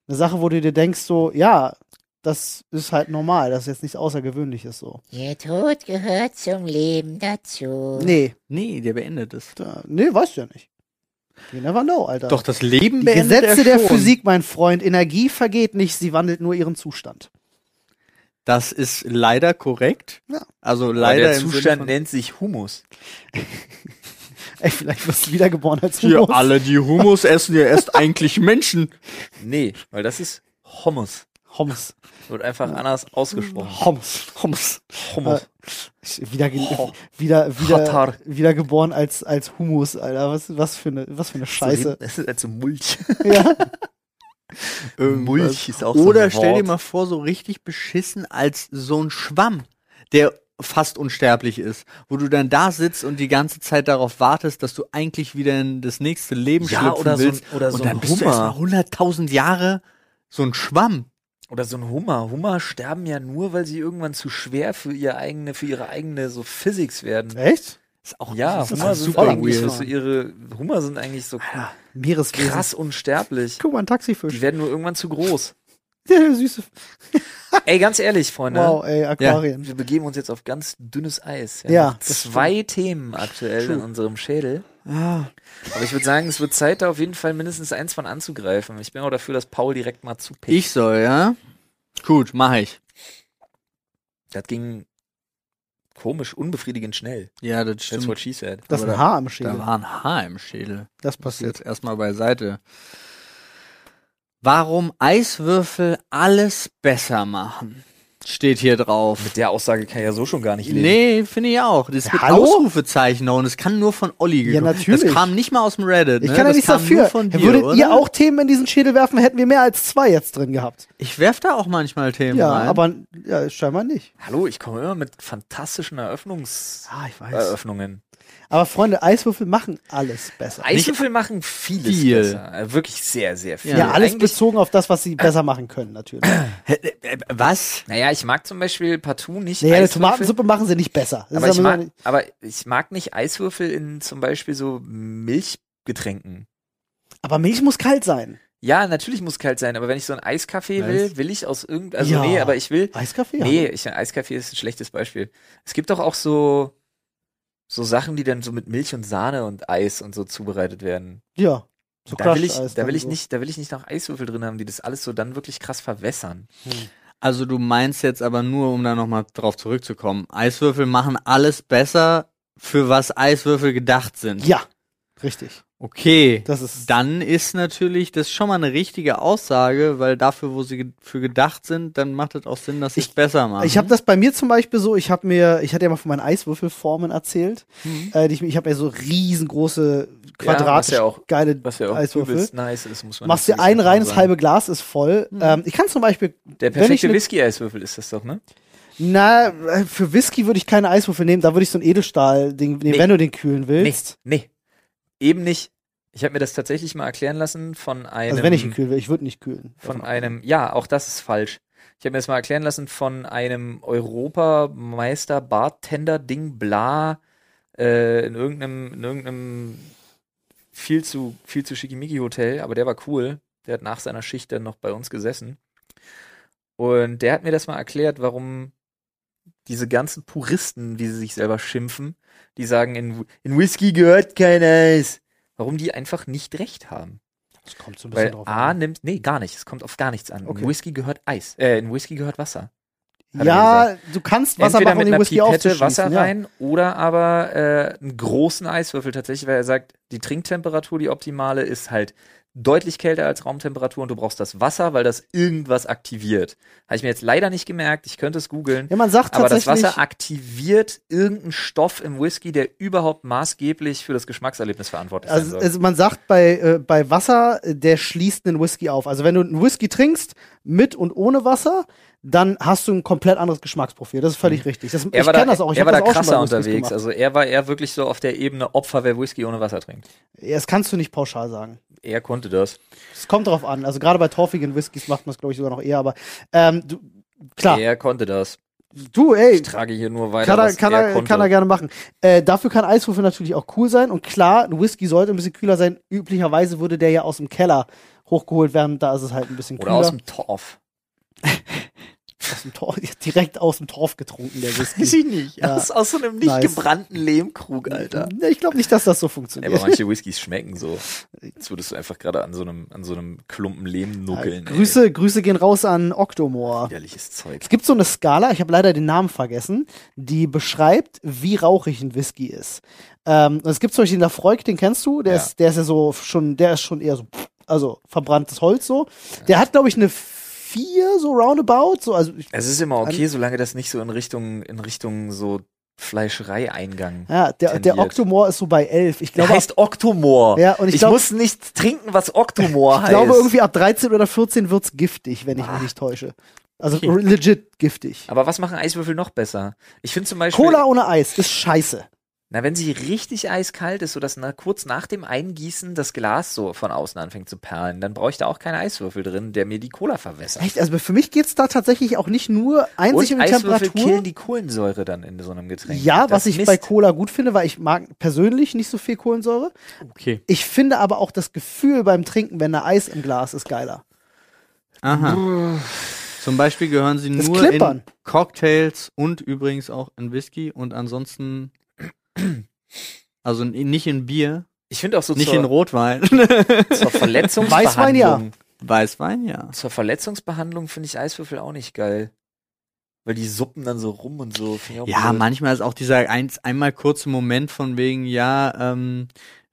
S1: eine Sache, wo du dir denkst, so, ja, das ist halt normal, das ist jetzt nichts Außergewöhnliches so.
S4: Der Tod gehört zum Leben dazu.
S1: Nee,
S2: Nee, der beendet es.
S1: da, nee, weißt du ja nicht. You never know, Alter.
S2: Doch, das Leben
S1: Die
S2: beendet
S1: Gesetze
S2: er
S1: der
S2: schon.
S1: Physik, mein Freund. Energie vergeht nicht, sie wandelt nur ihren Zustand.
S2: Das ist leider korrekt.
S1: Ja.
S2: Also
S3: Aber
S2: leider
S3: der
S2: im Sinne
S3: Zustand
S2: von-
S3: nennt sich Humus.
S1: Ey, vielleicht wirst du wiedergeboren als
S2: Hier,
S1: Humus.
S2: alle, die Humus essen, ihr esst eigentlich Menschen.
S3: Nee, weil das ist Hummus.
S1: Homs.
S3: Wird einfach anders
S2: Hm,
S3: ausgesprochen.
S1: Homs. Homs.
S3: Hummus.
S1: Äh, Ich- Wieder, wieder, wieder,
S3: Hatar.
S1: wiedergeboren als, als Humus, Alter. Was, was, für eine, was für eine Scheiße.
S3: Das ist also Mulch.
S1: ja.
S3: Mulch ist auch so
S2: Oder
S3: ein
S2: stell dir
S3: Wort.
S2: mal vor, so richtig beschissen als so ein Schwamm, der fast unsterblich ist, wo du dann da sitzt und die ganze Zeit darauf wartest, dass du eigentlich wieder in das nächste Leben
S3: Ja,
S2: schlüpfen
S3: oder so ein-
S2: willst.
S3: oder so
S2: und
S3: ein
S2: dann bist du
S3: Hummer.
S2: erst mal 100.000 Jahre so ein Schwamm.
S3: Oder so ein Hummer. Hummer sterben ja nur, weil sie irgendwann zu schwer für ihr eigene, für ihre eigene so Physics werden.
S1: Echt?
S2: Ist auch
S3: Ja,
S2: das ist
S3: Hummer
S2: auch
S3: sind
S1: voll
S3: eigentlich
S1: weird.
S3: so ihre Hummer sind eigentlich so
S1: Meereswesen.
S3: krass unsterblich.
S1: Guck mal, ein
S3: Die
S1: Taxifisch.
S3: werden nur irgendwann zu groß.
S1: Der süße.
S3: Ey, ganz ehrlich, Freunde,
S1: Wow, ey, Aquarien.
S3: wir begeben uns jetzt auf ganz dünnes Eis.
S1: Ja, das
S3: Zwei Themen aktuell in unserem Schädel.
S2: Ah,
S3: Aber ich würde sagen, es wird Zeit, da auf jeden Fall mindestens eins von anzugreifen. Ich bin auch dafür, dass Paul direkt mal zupickt.
S2: ich soll, ja? Gut, mache ich.
S3: Das ging komisch, unbefriedigend schnell.
S2: Ja, das
S3: That's
S2: stimmt.
S3: what she said.
S1: Das ist
S2: aber
S1: ein Haar am
S2: Da
S1: Schädel.
S2: war ein Haar im Schädel.
S1: Das
S2: Das
S1: passiert.
S2: jetzt erstmal beiseite. Warum Eiswürfel alles besser machen, steht hier drauf.
S3: Mit der Aussage kann ich ja so schon gar nicht leben.
S2: Nee, finde ich auch. Das ist mit
S1: hallo?
S2: Ausrufezeichen und es kann nur von Olli gehen.
S1: natürlich.
S2: Das kam nicht mal aus dem Reddit.
S1: Ich
S2: ne?
S1: kann ja
S2: das
S1: nichts
S2: kam
S1: dafür.
S2: Nur von dir,
S1: Würdet
S2: oder?
S1: ihr auch Themen in diesen Schädel werfen, hätten wir mehr als zwei jetzt drin gehabt.
S2: Ich werf da auch manchmal Themen
S1: Ja,
S2: rein.
S1: aber ja, scheinbar nicht.
S3: Hallo, ich komme immer mit fantastischen Eröffnungs
S1: Ah, ich weiß.
S3: Eröffnungen.
S1: Aber Freunde, Eiswürfel machen alles besser.
S3: Eiswürfel machen vieles
S2: Viel.
S3: besser. Äh, Wirklich sehr, sehr viel.
S1: Ja, alles
S3: Eigentlich-
S1: bezogen auf das, was sie besser machen können, natürlich.
S2: Hä, äh, Was?
S3: Naja, ich mag zum Beispiel partout nicht
S1: Naja, eine
S3: Eiswürfel.
S1: Tomatensuppe machen sie nicht besser. Das
S3: Aber
S1: ist
S3: ich,
S1: aber
S3: mag,
S1: so-
S3: aber ich mag nicht Eiswürfel in zum Beispiel so Milchgetränken.
S1: aber Milch muss kalt sein.
S3: Ja, natürlich muss kalt sein, aber wenn ich so einen Eiskaffee
S2: Nice.
S3: will, will ich aus irgendeinem. Also
S1: Ja.
S3: nee, aber ich will.
S1: Eiskaffee?
S3: Nee, ich, Eiskaffee ist ein schlechtes Beispiel. Es gibt doch auch so, so Sachen, die dann so mit Milch und Sahne und Eis und so zubereitet werden.
S1: Ja. So
S3: Da will ich,
S1: Crushed-Eis
S3: da will
S1: dann
S3: ich
S1: so.
S3: nicht, da will ich nicht noch Eiswürfel drin haben, die das alles so dann wirklich krass verwässern.
S2: Also du meinst jetzt aber nur, um da nochmal drauf zurückzukommen, Eiswürfel machen alles besser, für was Eiswürfel gedacht sind.
S1: Ja, Richtig.
S2: Okay.
S1: Das ist
S2: dann ist natürlich das schon mal eine richtige Aussage, weil dafür, wo sie ge- für gedacht sind, dann macht es auch Sinn, dass sie es besser machen.
S1: Ich habe das bei mir zum Beispiel so, ich habe mir, ich hatte ja mal von meinen Eiswürfelformen erzählt.
S2: Hm?
S1: Äh, die ich ich habe ja so riesengroße, quadratisch
S3: was ja auch-
S1: geile
S3: Was ja auch
S1: Eiswürfel.
S3: übelst nice ist, Mhm. muss man
S1: Machst
S3: natürlich
S1: dir ein
S3: dazu
S1: reines
S3: sagen.
S1: halbe Glas, ist voll. Ähm, ich kann zum Beispiel.
S3: Der
S1: wenn ich
S3: perfekte
S1: ne-
S3: Whisky-Eiswürfel ist das doch, ne?
S1: Na, äh, für Whisky würde ich keine Eiswürfel nehmen, da würde ich so ein Edelstahl-Ding nehmen,
S3: Nee.
S1: wenn du den kühlen willst.
S3: Nee. Eben nicht. Ich habe mir das tatsächlich mal erklären lassen von einem.
S1: Also wenn ich ihn kühlen will, ich würde nicht kühlen. Also,
S3: Von einem, ja, auch das ist falsch. Ich habe mir das mal erklären lassen von einem Europameister Bartender Ding bla äh, in irgendeinem, in irgendeinem viel zu viel zu schickimicki Hotel, aber der war cool. Der hat nach seiner Schicht dann noch bei uns gesessen. Und der hat mir das mal erklärt, warum diese ganzen Puristen, wie sie sich selber schimpfen, die sagen, in, in Whisky gehört kein Eis, warum die einfach nicht recht haben.
S1: Das kommt so ein bisschen
S3: Weil
S1: drauf
S3: A
S1: an. ne?
S3: nimmt, nee, gar nicht. Es kommt auf gar nichts an.
S1: Okay.
S3: In Whisky gehört Eis. Äh, in Whisky gehört Wasser. hat er
S1: Ja, du kannst Wasser
S3: Entweder
S1: machen, um
S3: mit
S1: den
S3: einer
S1: Whisky
S3: Pipette
S1: aufzuschließen.
S3: Wasser
S1: ja.
S3: rein oder aber äh, einen großen Eiswürfel tatsächlich, weil er sagt, die Trinktemperatur, die optimale, ist halt deutlich kälter als Raumtemperatur und du brauchst das Wasser, weil das irgendwas aktiviert. Habe ich mir jetzt leider nicht gemerkt. Ich könnte es googeln.
S1: Ja, man sagt
S3: Aber das
S1: tatsächlich.
S3: Wasser aktiviert irgendeinen Stoff im Whisky, der überhaupt maßgeblich für das Geschmackserlebnis verantwortlich sein
S1: Also,
S3: soll.
S1: also man sagt bei, äh, bei Wasser, äh, der schließt einen Whisky auf. Also wenn du einen Whisky trinkst, mit und ohne Wasser, dann hast du ein komplett anderes Geschmacksprofil. Das ist völlig richtig. Das, ich
S3: Mhm. er war
S1: kenne
S3: da,
S1: das auch. Ich
S3: er
S1: hab
S3: war da
S1: das auch schon
S3: krasser
S1: bei Whiskys
S3: unterwegs.
S1: gemacht.
S3: Also er war eher wirklich so auf der Ebene Opfer, wer Whisky ohne Wasser trinkt.
S1: Ja, das kannst du nicht pauschal sagen.
S3: Er konnte das.
S1: Es kommt drauf an. Also gerade bei torfigen Whiskys macht man es, glaube ich, sogar noch eher. Aber ähm, du, klar,
S3: Er konnte das.
S1: du,
S3: Ich
S1: ey,
S3: trage hier nur weiter,
S1: kann er,
S3: was
S1: kann,
S3: er
S1: er,
S3: konnte.
S1: kann er gerne machen. Äh, dafür kann Eiswürfel natürlich auch cool sein. Und klar, ein Whisky sollte ein bisschen kühler sein. Üblicherweise würde der ja aus dem Keller hochgeholt werden. Da ist es halt ein bisschen
S3: Oder
S1: kühler.
S3: aus dem Torf.
S1: aus dem Torf, direkt aus dem Torf getrunken, der Whisky.
S3: ich nicht.
S1: Ja.
S3: Aus, aus so einem nicht
S1: Nice.
S3: gebrannten Lehmkrug, Alter.
S1: Ne, ich glaube nicht, dass das so
S3: Ja, aber
S1: funktioniert.
S3: manche Whiskys schmecken so. Jetzt würdest du einfach gerade an so einem, an so einem Klumpen Lehm nuckeln.
S1: Halt.
S3: ey.
S1: Grüße, Grüße gehen raus an Octomore.
S3: Widerliches Zeug.
S1: Es gibt so eine Skala, ich habe leider den Namen vergessen, die beschreibt, wie rauchig ein Whisky ist. Ähm, und es gibt zum Beispiel den Lafroig, den kennst du, der,
S3: Ja.
S1: ist, der ist ja so schon, der ist schon eher so, also verbranntes Holz so. Der hat, glaube ich, eine 4, so roundabout, so, also ich,
S3: Es ist immer okay, solange das nicht so in Richtung, in Richtung so Fleischerei-Eingang.
S1: ja, der, der
S3: Tendiert.
S1: Octomore ist so bei 11. Ich
S3: Der
S1: glaube, ab,
S3: heißt Oktomor.
S1: Ja, und ich
S3: ich
S1: glaub-
S3: muss nichts trinken, was Oktomor
S1: ich
S3: heißt.
S1: glaube irgendwie ab 13 oder 14 wird's giftig, wenn ich mich nicht täusche. Also
S3: Ah. Okay.
S1: r- legit giftig.
S3: Aber was machen Eiswürfel noch besser? Ich finde zum Beispiel,
S1: Cola ohne Eis ist scheiße.
S3: na, wenn sie richtig eiskalt ist, sodass na, kurz nach dem Eingießen das Glas so von außen anfängt zu perlen, dann brauche ich da auch keinen Eiswürfel drin, der mir die Cola verwässert.
S1: Echt? Also für mich geht's da tatsächlich auch nicht nur einzig
S3: Und
S1: um die
S3: Eiswürfel
S1: Temperatur.
S3: killen die Kohlensäure dann in so einem Getränk.
S1: Ja,
S3: Das
S1: was ich
S3: Mist.
S1: bei Cola gut finde, weil ich mag persönlich nicht so viel Kohlensäure.
S2: okay.
S1: Ich finde aber auch das Gefühl beim Trinken, wenn da Eis im Glas ist, geiler.
S2: Aha. Zum Beispiel gehören sie
S1: Uh. Das
S2: nur
S1: Klippern.
S2: in Cocktails und übrigens auch in Whisky und ansonsten also in- nicht in Bier,
S3: Ich finde auch so
S2: nicht
S3: zur,
S2: in Rotwein.
S3: zur Verletzungsbehandlung.
S1: Weißwein, ja.
S2: Weißwein, ja.
S3: Zur Verletzungsbehandlung finde ich Eiswürfel auch nicht geil. Weil die suppen dann so rum und so. Find ich auch
S2: Ja,
S3: blöd.
S2: manchmal ist auch dieser ein, einmal kurze Moment von wegen, ja, ähm,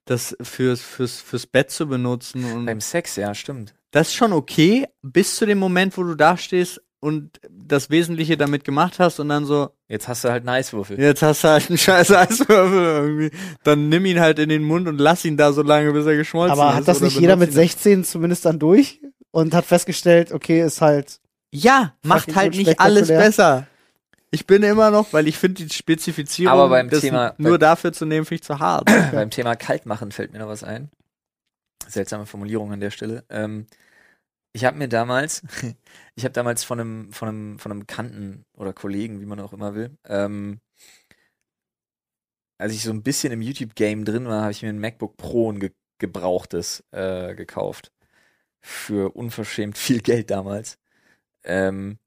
S2: das fürs, fürs, fürs Bett zu benutzen und
S3: Beim Sex, ja, stimmt.
S2: das ist schon okay, bis zu dem Moment, wo du da stehst und das Wesentliche damit gemacht hast und dann so,
S3: Jetzt hast du halt einen Eiswürfel.
S2: Jetzt hast du halt einen scheiß Eiswürfel irgendwie. Dann nimm ihn halt in den Mund und lass ihn da so lange, bis er geschmolzen ist.
S1: aber hat das
S2: oder
S1: nicht jeder mit
S2: benutzt ihn-
S1: 16 zumindest dann durch und hat festgestellt, okay, ist halt.
S2: Ja, macht
S1: Fucking
S2: halt nicht
S1: unspektakulär.
S2: alles besser. Ich bin immer noch, weil ich finde die Spezifizierung
S3: Aber beim
S2: das
S3: Thema-
S2: nur dafür zu nehmen, finde ich zu hart.
S3: Beim Thema Kaltmachen fällt mir noch was ein. Seltsame Formulierung an der Stelle. Ähm, ich habe mir damals, ich habe damals von einem, von einem, von einem Kanten oder Kollegen, wie man auch immer will, ähm, als ich so ein bisschen im YouTube-Game drin war, habe ich mir ein MacBook Pro ein ge gebrauchtes äh, gekauft. Für unverschämt viel Geld damals. Ähm,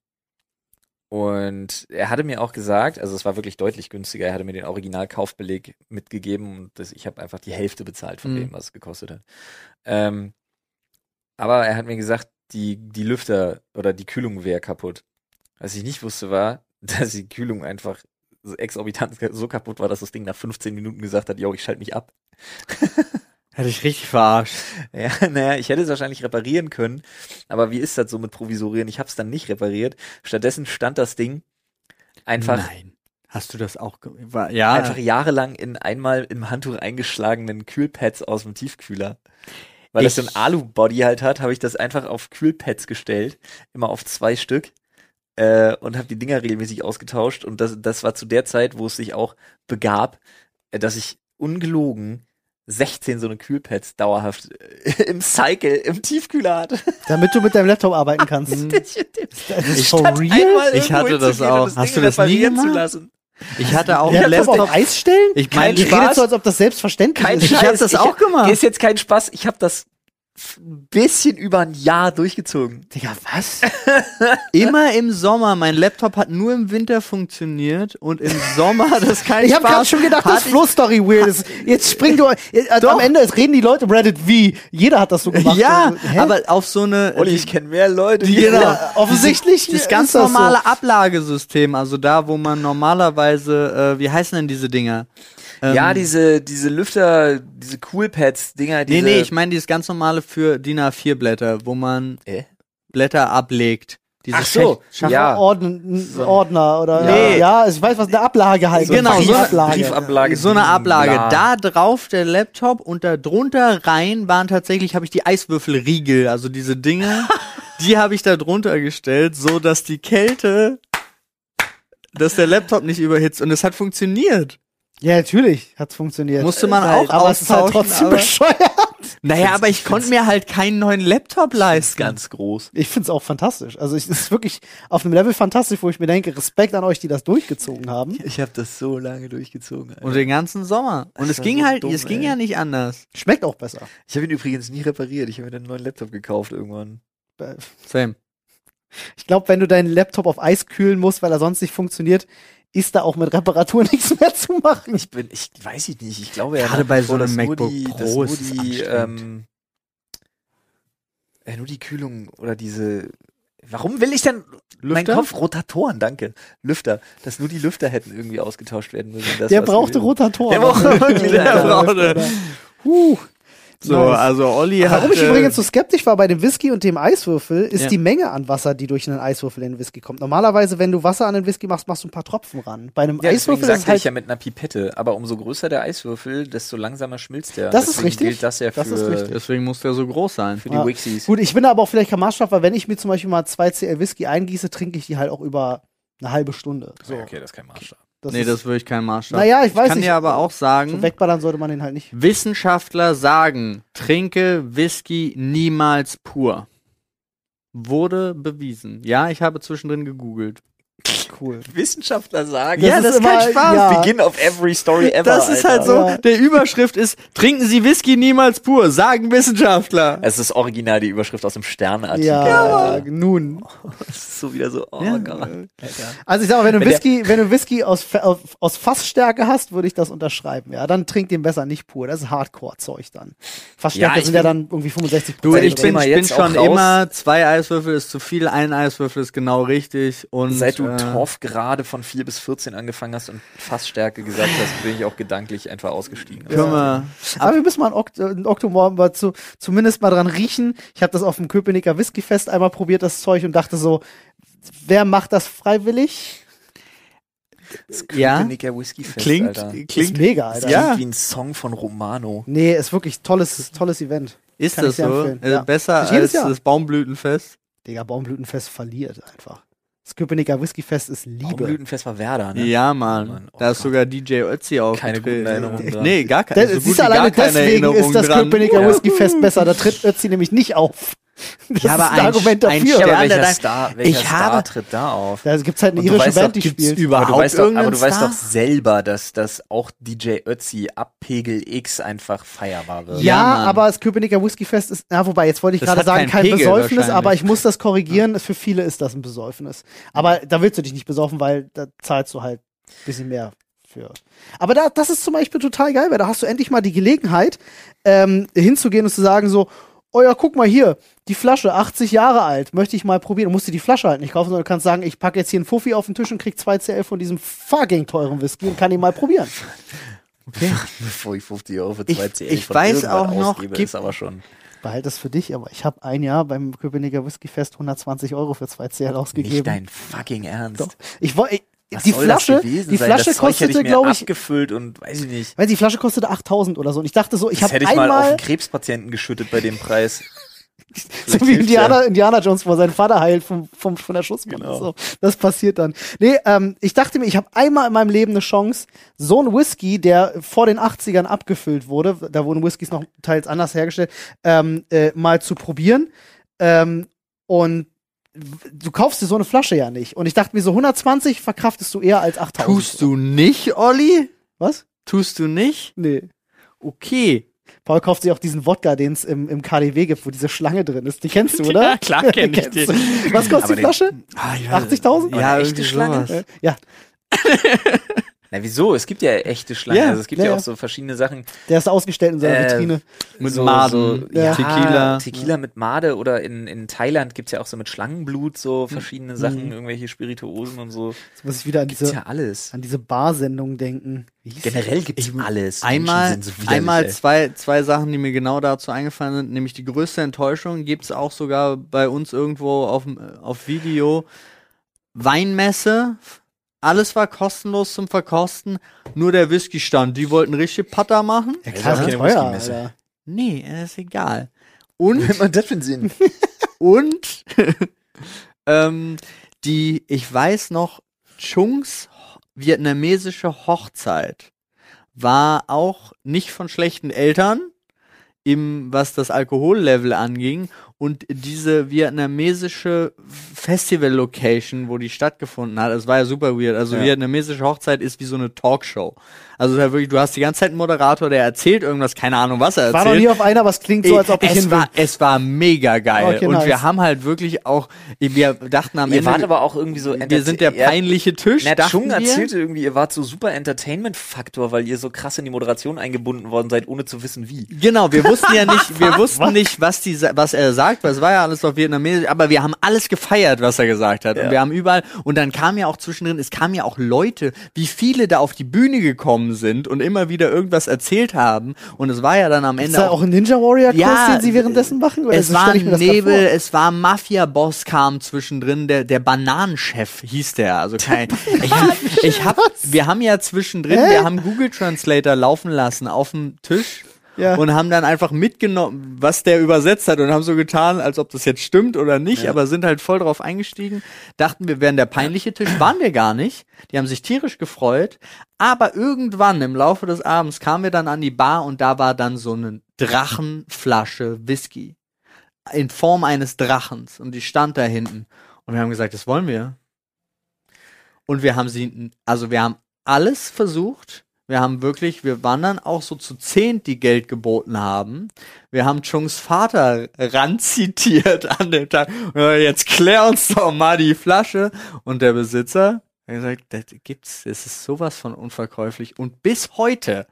S3: und er hatte mir auch gesagt, also es war wirklich deutlich günstiger, er hatte mir den Originalkaufbeleg mitgegeben und das, ich habe einfach die Hälfte bezahlt von
S2: Mhm.
S3: dem, was es gekostet hat. Ähm, aber er hat mir gesagt, die, die Lüfter oder die Kühlung wäre kaputt. Was ich nicht wusste war, dass die Kühlung einfach so exorbitant so kaputt war, dass das Ding nach 15 Minuten gesagt hat, yo, ich schalte mich ab.
S2: Hätte ich richtig verarscht.
S3: Ja, naja, ich hätte es wahrscheinlich reparieren können, aber wie ist das so mit Provisorien? Ich habe es dann nicht repariert. Stattdessen stand das Ding einfach,
S2: Nein. Hast du das auch ge war, Ja.
S3: einfach jahrelang in einmal im Handtuch eingeschlagenen Kühlpads aus dem Tiefkühler. Weil das so
S2: Ich-
S3: ein Alu-Body halt hat, habe ich das einfach auf Kühlpads gestellt, immer auf zwei Stück äh, und habe die Dinger regelmäßig ausgetauscht. Und das, das war zu der Zeit, wo es sich auch begab, äh, dass ich ungelogen 16 so eine Kühlpads dauerhaft äh, im Cycle, im Tiefkühler hatte.
S1: Damit du mit deinem Laptop arbeiten kannst. Das ist for
S3: Mhm. Statt
S1: real?
S3: einmal
S2: Mhm. Ich
S3: irgendwo
S2: hatte das
S3: hinzugehen und
S2: auch. Hast
S3: Ding
S2: du das nie
S3: reparieren
S2: gemacht?
S3: Zu lassen.
S2: ich hatte auch
S1: Der
S2: einen
S1: Laptop auf
S2: Laptop.
S1: Eis stellen?
S2: Ich
S3: Kein
S2: meine,
S1: Ich
S2: ich
S3: Spaß.
S1: rede so, als ob das selbstverständlich
S3: Kein
S1: ist.
S2: Ich
S3: Scheiß.
S2: hab das
S3: ich,
S2: auch gemacht.
S3: Ist jetzt kein Spaß. Ich habe das f- ein bisschen über ein Jahr durchgezogen.
S1: Digga, was?
S2: immer im Sommer. Mein Laptop hat nur im Winter funktioniert und im Sommer hat es keinen
S1: Ich habe
S2: Spaß.
S1: gerade schon gedacht,
S2: hat
S1: dass Flo-Story weird ist. Jetzt springt du. Also am Ende reden die Leute im Reddit wie. Jeder hat das so gemacht.
S2: Ja,
S1: Also, hä?
S2: aber auf so eine
S3: Olli, ich kenne mehr Leute.
S2: die-
S1: genau.
S2: ja,
S1: Offensichtlich
S2: das
S1: ist
S2: ganz
S1: das so.
S2: normale Ablagesystem, also da, wo man normalerweise, äh, wie heißen denn diese Dinger? Ähm,
S3: ja, diese, diese Lüfter, diese Coolpads-Dinger,
S2: Nee,
S3: diese.
S2: nee, ich meine dieses ganz normale für DIN A4 Blätter, wo man
S3: Äh?
S2: Blätter ablegt. Diese
S3: Ach so,
S2: Schach- Schach-
S3: ja.
S1: Ordn Ordner oder
S2: Nee.
S1: ja, ich weiß was eine Ablage heißt.
S2: Genau,
S1: eine
S2: so eine
S1: Briefablage.
S3: Briefablage.
S2: So eine Ablage.
S3: Bla.
S2: Da drauf der Laptop und da drunter rein waren tatsächlich, habe ich die Eiswürfelriegel, also diese Dinge, die habe ich da drunter gestellt, so dass die Kälte, dass der Laptop nicht überhitzt und es hat funktioniert.
S1: Ja, natürlich hat's funktioniert.
S2: Musste man
S1: Ist
S2: auch
S1: aber es ist halt
S2: austauschen,
S1: trotzdem
S2: aber-
S1: bescheuert.
S2: Naja, aber ich konnte mir halt keinen neuen Laptop leisten.
S3: Ganz groß.
S1: Ich find's auch fantastisch. Also es ist wirklich auf einem Level fantastisch, wo ich mir denke, Respekt an euch, die das durchgezogen haben.
S3: Ich habe das so lange durchgezogen. Alter.
S2: und den ganzen Sommer. Und es
S3: war
S2: ging
S3: so
S2: halt,
S3: dumm,
S2: es ging
S3: ey.
S2: ja nicht anders.
S1: Schmeckt auch besser.
S3: Ich habe ihn übrigens nie repariert. Ich habe mir dann einen neuen Laptop gekauft irgendwann.
S2: Same.
S1: Ich glaube, wenn du deinen Laptop auf Eis kühlen musst, weil er sonst nicht funktioniert, ist da auch mit Reparatur nichts mehr zu machen.
S3: Ich bin, ich weiß ich nicht. Ich glaube ja
S2: Gerade
S3: nach wie
S2: bei
S3: vor,
S2: so einem
S3: dass nur
S2: MacBook
S3: die,
S2: Pro
S3: dass nur
S2: ist es
S3: die,
S2: anstrengend.
S3: ähm, äh, nur die Kühlung oder diese. Warum will ich denn mein
S2: Lüfter?
S3: Kopf Rotatoren? Danke, Lüfter. Dass nur die Lüfter hätten irgendwie ausgetauscht werden müssen. Das
S1: Der
S3: war's
S1: brauchte
S3: gewesen.
S1: Rotatoren.
S3: Der brauchte wirklich-
S2: Der
S3: Ja,
S2: braune.
S1: Huh.
S2: So,
S1: Nice.
S2: also Olli hat.
S1: Warum ich
S2: äh,
S1: übrigens so skeptisch war bei dem Whisky und dem Eiswürfel, ist
S2: Ja.
S1: die Menge an Wasser, die durch einen Eiswürfel in den Whisky kommt. Normalerweise, wenn du Wasser an den Whisky machst, machst du ein paar Tropfen ran. Bei einem
S3: Ja, deswegen
S1: Eiswürfel ist es
S3: sagte
S1: halt.
S3: ich ja mit einer Pipette. Aber umso größer der Eiswürfel, desto langsamer schmilzt der.
S1: Das ist
S3: deswegen
S1: richtig.
S3: Gilt das ja für,
S1: Das ist richtig.
S2: Deswegen muss der so groß sein.
S3: für die
S1: Ja.
S3: Wixies.
S1: Gut, ich bin aber auch vielleicht kein Maßstab, weil wenn ich mir zum Beispiel mal 2cl Whisky eingieße, trinke ich die halt auch über eine halbe Stunde. So,
S3: Okay, das ist kein Maßstab.
S1: das
S2: nee,
S1: ist-
S2: das würde ich keinen Maßstab.
S1: Naja, ich weiß
S2: ich kann
S1: nicht.
S2: dir aber auch
S1: Zum
S2: sagen,
S1: Wegballern sollte man den halt nicht.
S2: Wissenschaftler sagen, trinke Whisky niemals pur. Wurde bewiesen. Ja, ich habe zwischendrin gegoogelt.
S1: Cool.
S3: Wissenschaftler sagen.
S1: Ja, das ist kein Spaß.
S3: Ja.
S1: Ja.
S3: Begin of every story ever.
S2: Das ist halt
S3: Alter.
S2: so,
S1: Ja.
S2: der Überschrift ist, trinken Sie Whisky niemals pur, sagen Wissenschaftler.
S3: Es ist original die Überschrift aus dem Sternartikel.
S1: Ja,
S3: Alter.
S1: nun.
S3: Das ist so wieder so, oh
S2: Ja.
S3: Gott.
S1: Also ich sag mal, wenn du
S3: Wenn der-
S1: Whisky, wenn du Whisky aus, Fa- auf- aus Fassstärke hast, würde ich das unterschreiben. Ja, dann trink den besser nicht pur. Das ist Hardcore-Zeug dann. Fassstärke
S3: Ja, ich
S1: sind ja
S3: bin-
S1: dann irgendwie 65
S2: Du,
S3: Bei dem
S2: ich bin,
S3: Thema
S2: ich bin
S3: jetzt auch
S2: schon
S3: raus.
S2: immer, zwei Eiswürfel ist zu viel, ein Eiswürfel ist genau richtig. Und,
S3: Seit du
S2: äh,
S3: Torf gerade von 4 bis 14 angefangen hast und Fassstärke gesagt hast, bin ich auch gedanklich einfach ausgestiegen.
S2: Können wir,
S1: Aber wir müssen mal einen, Okt einen Oktomorgen mal zu, zumindest mal dran riechen. Ich habe das auf dem Köpenicker Whiskyfest einmal probiert, das Zeug, und dachte so, wer macht das freiwillig?
S3: Das
S2: Ja.
S3: Köpenicker Whisky Fest,
S2: klingt,
S3: Alter.
S1: ist
S2: klingt,
S1: mega,
S3: Das
S1: Alter.
S3: klingt
S2: Ja.
S3: wie ein Song von Romano.
S1: Nee, ist wirklich tolles, tolles Event.
S2: ist
S1: kann ich
S2: das
S1: sehr
S2: so?
S1: empfehlen.
S2: Äh,
S1: Ja.
S2: Besser
S1: Ist jedes
S2: als
S1: Jahr.
S2: das Baumblütenfest?
S1: Digga, Baumblütenfest verliert einfach. Das Köpenicker Whiskyfest ist Liebe.
S3: Blütenfest war Werder, ne?
S2: Ja, Mann.
S3: Mann, oh
S2: da ist
S3: Gott.
S2: sogar DJ Ötzi auch.
S3: Keine guten Erinnerungen dran.
S2: Nee, gar keine.
S1: Das,
S2: so gut
S1: siehst
S2: wie
S1: du, alleine
S2: Also gar keine
S1: deswegen
S2: Erinnerungen
S1: ist das
S2: dran.
S1: Köpenicker
S2: Ja.
S1: Whiskyfest besser. Da tritt Ötzi nämlich nicht auf. Das
S2: Ja, aber
S1: ist ein,
S2: ein-
S1: Argument
S2: ein
S1: dafür.
S2: Stern-
S3: aber
S2: Ja,
S3: welcher
S2: da-
S3: Star, welcher
S2: ich habe-
S3: Star tritt da auf?
S1: da gibt's halt eine
S3: Und du
S1: irische
S3: weißt doch,
S1: Band, die
S2: Gibt's
S1: spielt.
S3: Aber
S2: überhaupt
S3: du weißt, doch,
S2: irgendeinen
S3: aber du weißt
S2: Star?
S3: doch selber, dass, dass auch DJ Ötzi ab Pegel X einfach Feierware.
S1: Ja,
S2: Ja, Mann.
S1: aber das Köpenicker Whiskyfest ist, na, wobei, jetzt wollte ich
S2: Das
S1: gerade
S2: hat
S1: sagen,
S2: keinen
S1: kein
S2: Pegel
S1: Besäufnis,
S2: wahrscheinlich.
S1: aber ich muss das korrigieren. Für viele ist das ein Besäufnis. Aber da willst du dich nicht besaufen, weil da zahlst du halt ein bisschen mehr für. Aber da, das ist zum Beispiel total geil, weil da hast du endlich mal die Gelegenheit, ähm, hinzugehen und zu sagen so, oh ja, guck mal hier, die Flasche, 80 Jahre alt, möchte ich mal probieren. Du musst dir die Flasche halt nicht kaufen, sondern du kannst sagen, ich packe jetzt hier einen Fuffi auf den Tisch und krieg 2 CL von diesem fucking teuren Whisky und kann ihn mal probieren.
S3: Bevor ich 50 Euro für
S2: Ich-
S3: zwei CL
S2: ich
S3: von
S2: weiß
S3: irgendwann
S2: auch noch,
S3: ausgebe,
S2: gibt-
S3: ist aber schon.
S1: Behalt das für dich, aber ich habe ein Jahr beim Köpenicker Whiskyfest 120 Euro für zwei CL ausgegeben.
S3: Nicht dein fucking Ernst.
S1: Doch. Ich wollte.
S3: Was
S1: Die
S3: soll das
S1: Flasche,
S3: gewesen
S1: die
S3: sein?
S1: Flasche
S3: das Zeug hätte
S1: kostete,
S3: ich mir
S1: glaube ich,
S3: abgefüllt und weiß ich nicht.
S1: weil die Flasche kostete 8000 oder so. Und ich dachte so, ich
S3: Das
S1: habe
S3: hätte ich mal auf
S1: einmal,
S3: einen Krebspatienten geschüttet bei dem Preis.
S1: so
S3: Vielleicht
S1: wie
S3: hilft ja.
S1: Indiana, Indiana Jones, wo sein Vater heilt vom, vom, von der Schusswunde.
S3: Genau.
S1: So, das passiert dann. Nee, ähm, ich dachte mir, ich habe einmal in meinem Leben eine Chance, so ein Whisky, der vor den 80ern abgefüllt wurde, da wurden Whiskys noch teils anders hergestellt, ähm, äh, mal zu probieren. Ähm, und w- du kaufst dir so eine Flasche ja nicht. Und ich dachte mir, so 120 verkraftest du eher als 8000.
S2: Tust du nicht, Olli?
S1: Was?
S2: Tust du nicht?
S1: Nee.
S2: Okay.
S1: Paul kauft sich auch diesen Wodka, den es im, im KDW gibt, wo diese Schlange drin ist. Die kennst du, oder?
S2: Ja, klar kenn ich
S1: Kennst du.
S2: den.
S1: Was kostet
S3: Aber
S1: die
S3: den-
S1: Flasche?
S2: Ah, ja.
S1: 80.000?
S2: Ja,
S3: Eine echte
S2: irgendwie
S3: Schlange?
S2: sowas.
S1: Äh, ja,
S3: Na wieso? Es gibt ja echte Schlangen.
S1: Ja,
S3: also es gibt
S1: ja,
S3: ja,
S1: ja.
S3: auch so verschiedene Sachen.
S1: der ist ausgestellt in seiner
S3: Äh,
S1: Vitrine.
S2: Mit
S3: so,
S2: Maden,
S3: so,
S1: ja.
S2: Tequila.
S3: Tequila mit Made oder in, in Thailand gibt's ja auch so mit Schlangenblut so verschiedene Sachen, irgendwelche Spirituosen und so.
S1: Jetzt muss ich wieder an
S3: Gibt's
S1: diese,
S3: ja alles.
S1: an diese Bar-Sendung denken. Wie hieß die?
S3: Generell gibt's alles.
S2: Einmal,
S3: Menschen sind so widerlich,
S2: einmal
S3: ey.
S2: zwei, zwei Sachen, die mir genau dazu eingefallen sind, nämlich die größte Enttäuschung gibt's auch sogar bei uns irgendwo auf, auf Video. Weinmesse, alles war kostenlos zum Verkosten, nur der Whiskystand. Die wollten richtig Patter machen.
S1: Ja,
S3: Das
S1: klar,
S3: ist
S1: ist
S3: keine
S1: teuer,
S3: Whisky-Messe.
S1: Alter.
S2: Nee, äh, ist egal. Und
S3: Wenn man das für einen Sinn.
S2: Und ähm, die, ich weiß noch, Chungs vietnamesische Hochzeit war auch nicht von schlechten Eltern, im, was das Alkohollevel anging. Und diese vietnamesische Festival-Location, wo die stattgefunden hat, das war ja super weird. Also
S3: Ja.
S2: vietnamesische Hochzeit ist wie so eine Talkshow. Also da wirklich, du hast die ganze Zeit einen Moderator, der erzählt irgendwas, keine Ahnung, was er
S1: Ich
S2: erzählt.
S1: War noch nie auf einer, aber es klingt so, als ob ich
S2: es
S1: hin will.
S2: war, es war mega geil.
S1: Okay,
S2: und wir
S1: nice.
S2: haben halt wirklich auch, wir dachten am
S3: Ihr
S2: Ende,
S3: wart aber auch irgendwie so
S2: wir sind der
S3: enter-
S2: peinliche Tisch.
S3: Na,
S2: dachten
S3: Chung
S2: wir.
S3: erzählte irgendwie, ihr wart so super Entertainment-Faktor, weil ihr so krass in die Moderation eingebunden worden seid, ohne zu wissen wie.
S2: Genau, wir wussten ja nicht, wir wussten nicht, was die, sa- was er sagt, weil es war ja alles auf Vietnamesisch, aber wir haben alles gefeiert, was er gesagt hat.
S3: Ja.
S2: Und wir haben überall, und dann kam ja auch zwischendrin, es kamen ja auch Leute, wie viele da auf die Bühne gekommen sind und immer wieder irgendwas erzählt haben. Und es war ja dann am
S3: genau.
S1: Ist
S2: Ende
S1: da auch ein Ninja Warrior-Kurs,
S2: Ja,
S1: den sie währenddessen machen? Oder
S2: es
S1: so
S2: war
S1: stell ich mir das grad
S2: Nebel,
S1: vor.
S2: es war Mafia-Boss kam zwischendrin, der, der Bananenchef hieß der. Also kein, ich, ich hab, wir haben ja zwischendrin,
S1: Hä?
S2: wir haben Google Translator laufen lassen auf dem Tisch.
S1: Ja.
S2: Und haben dann einfach mitgenommen, was der übersetzt hat und haben so getan, als ob das jetzt stimmt oder nicht, aber sind halt voll drauf eingestiegen. Dachten, wir wären der peinliche Tisch, waren wir gar nicht. Die haben sich tierisch gefreut. Aber irgendwann im Laufe des Abends kamen wir dann an die Bar und da war dann so eine Drachenflasche Whisky in Form eines Drachens und die stand da hinten. Und wir haben gesagt, das wollen wir. Und wir haben sie, also wir haben alles versucht. Wir haben wirklich, wir waren dann auch so zu zehn, die Geld geboten haben. Wir haben Chungs Vater ranzitiert an dem Tag. "Ja, Jetzt klär uns doch mal die Flasche. Und der Besitzer hat gesagt, das gibt's, das ist sowas von unverkäuflich. Und bis heute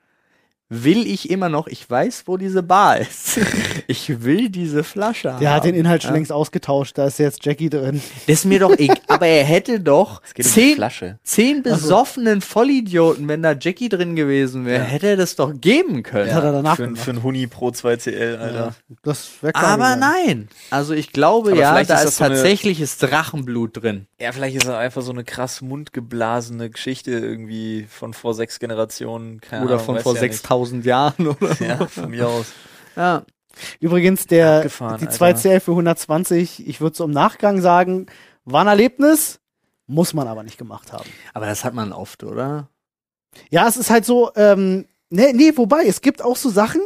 S2: will ich immer noch, ich weiß, wo diese Bar ist. Ich will diese Flasche
S3: Ah.
S2: haben.
S1: Der hat den Inhalt schon
S2: Ja.
S1: längst ausgetauscht, da ist jetzt Jackie drin.
S2: Das ist mir doch egal. Aber er hätte doch
S3: Es geht um die
S2: zehn,
S3: Flasche.
S2: zehn besoffenen Vollidioten, wenn da Jackie drin gewesen wäre, hätte er das doch geben können.
S1: hat er danach
S3: für, ein-
S1: gemacht.
S3: für einen Huni Pro 2CL, Alter.
S1: Das wär klar
S2: Aber
S1: gewesen.
S2: nein. Also ich glaube
S3: Aber
S2: ja,
S3: vielleicht
S2: da
S3: ist
S2: ist,
S3: das so eine-
S2: tatsächliches Drachenblut drin.
S3: Ja, vielleicht ist er einfach so eine krass mundgeblasene Geschichte irgendwie von vor sechs Generationen. Keine
S2: oder
S3: Ahnung,
S2: von
S3: weiß
S2: vor
S3: ja
S2: 6000 Jahren oder so.
S3: nicht. Ja, von mir aus.
S2: Ja.
S1: Übrigens, der,
S3: Abgefahren,
S1: die
S3: Alter.
S1: 2CL für 120, ich würde so im Nachgang sagen, war ein Erlebnis, muss man aber nicht gemacht haben.
S2: Aber das hat man oft, oder?
S1: Ja, es ist halt so, ähm, nee, nee, wobei, es gibt auch so Sachen,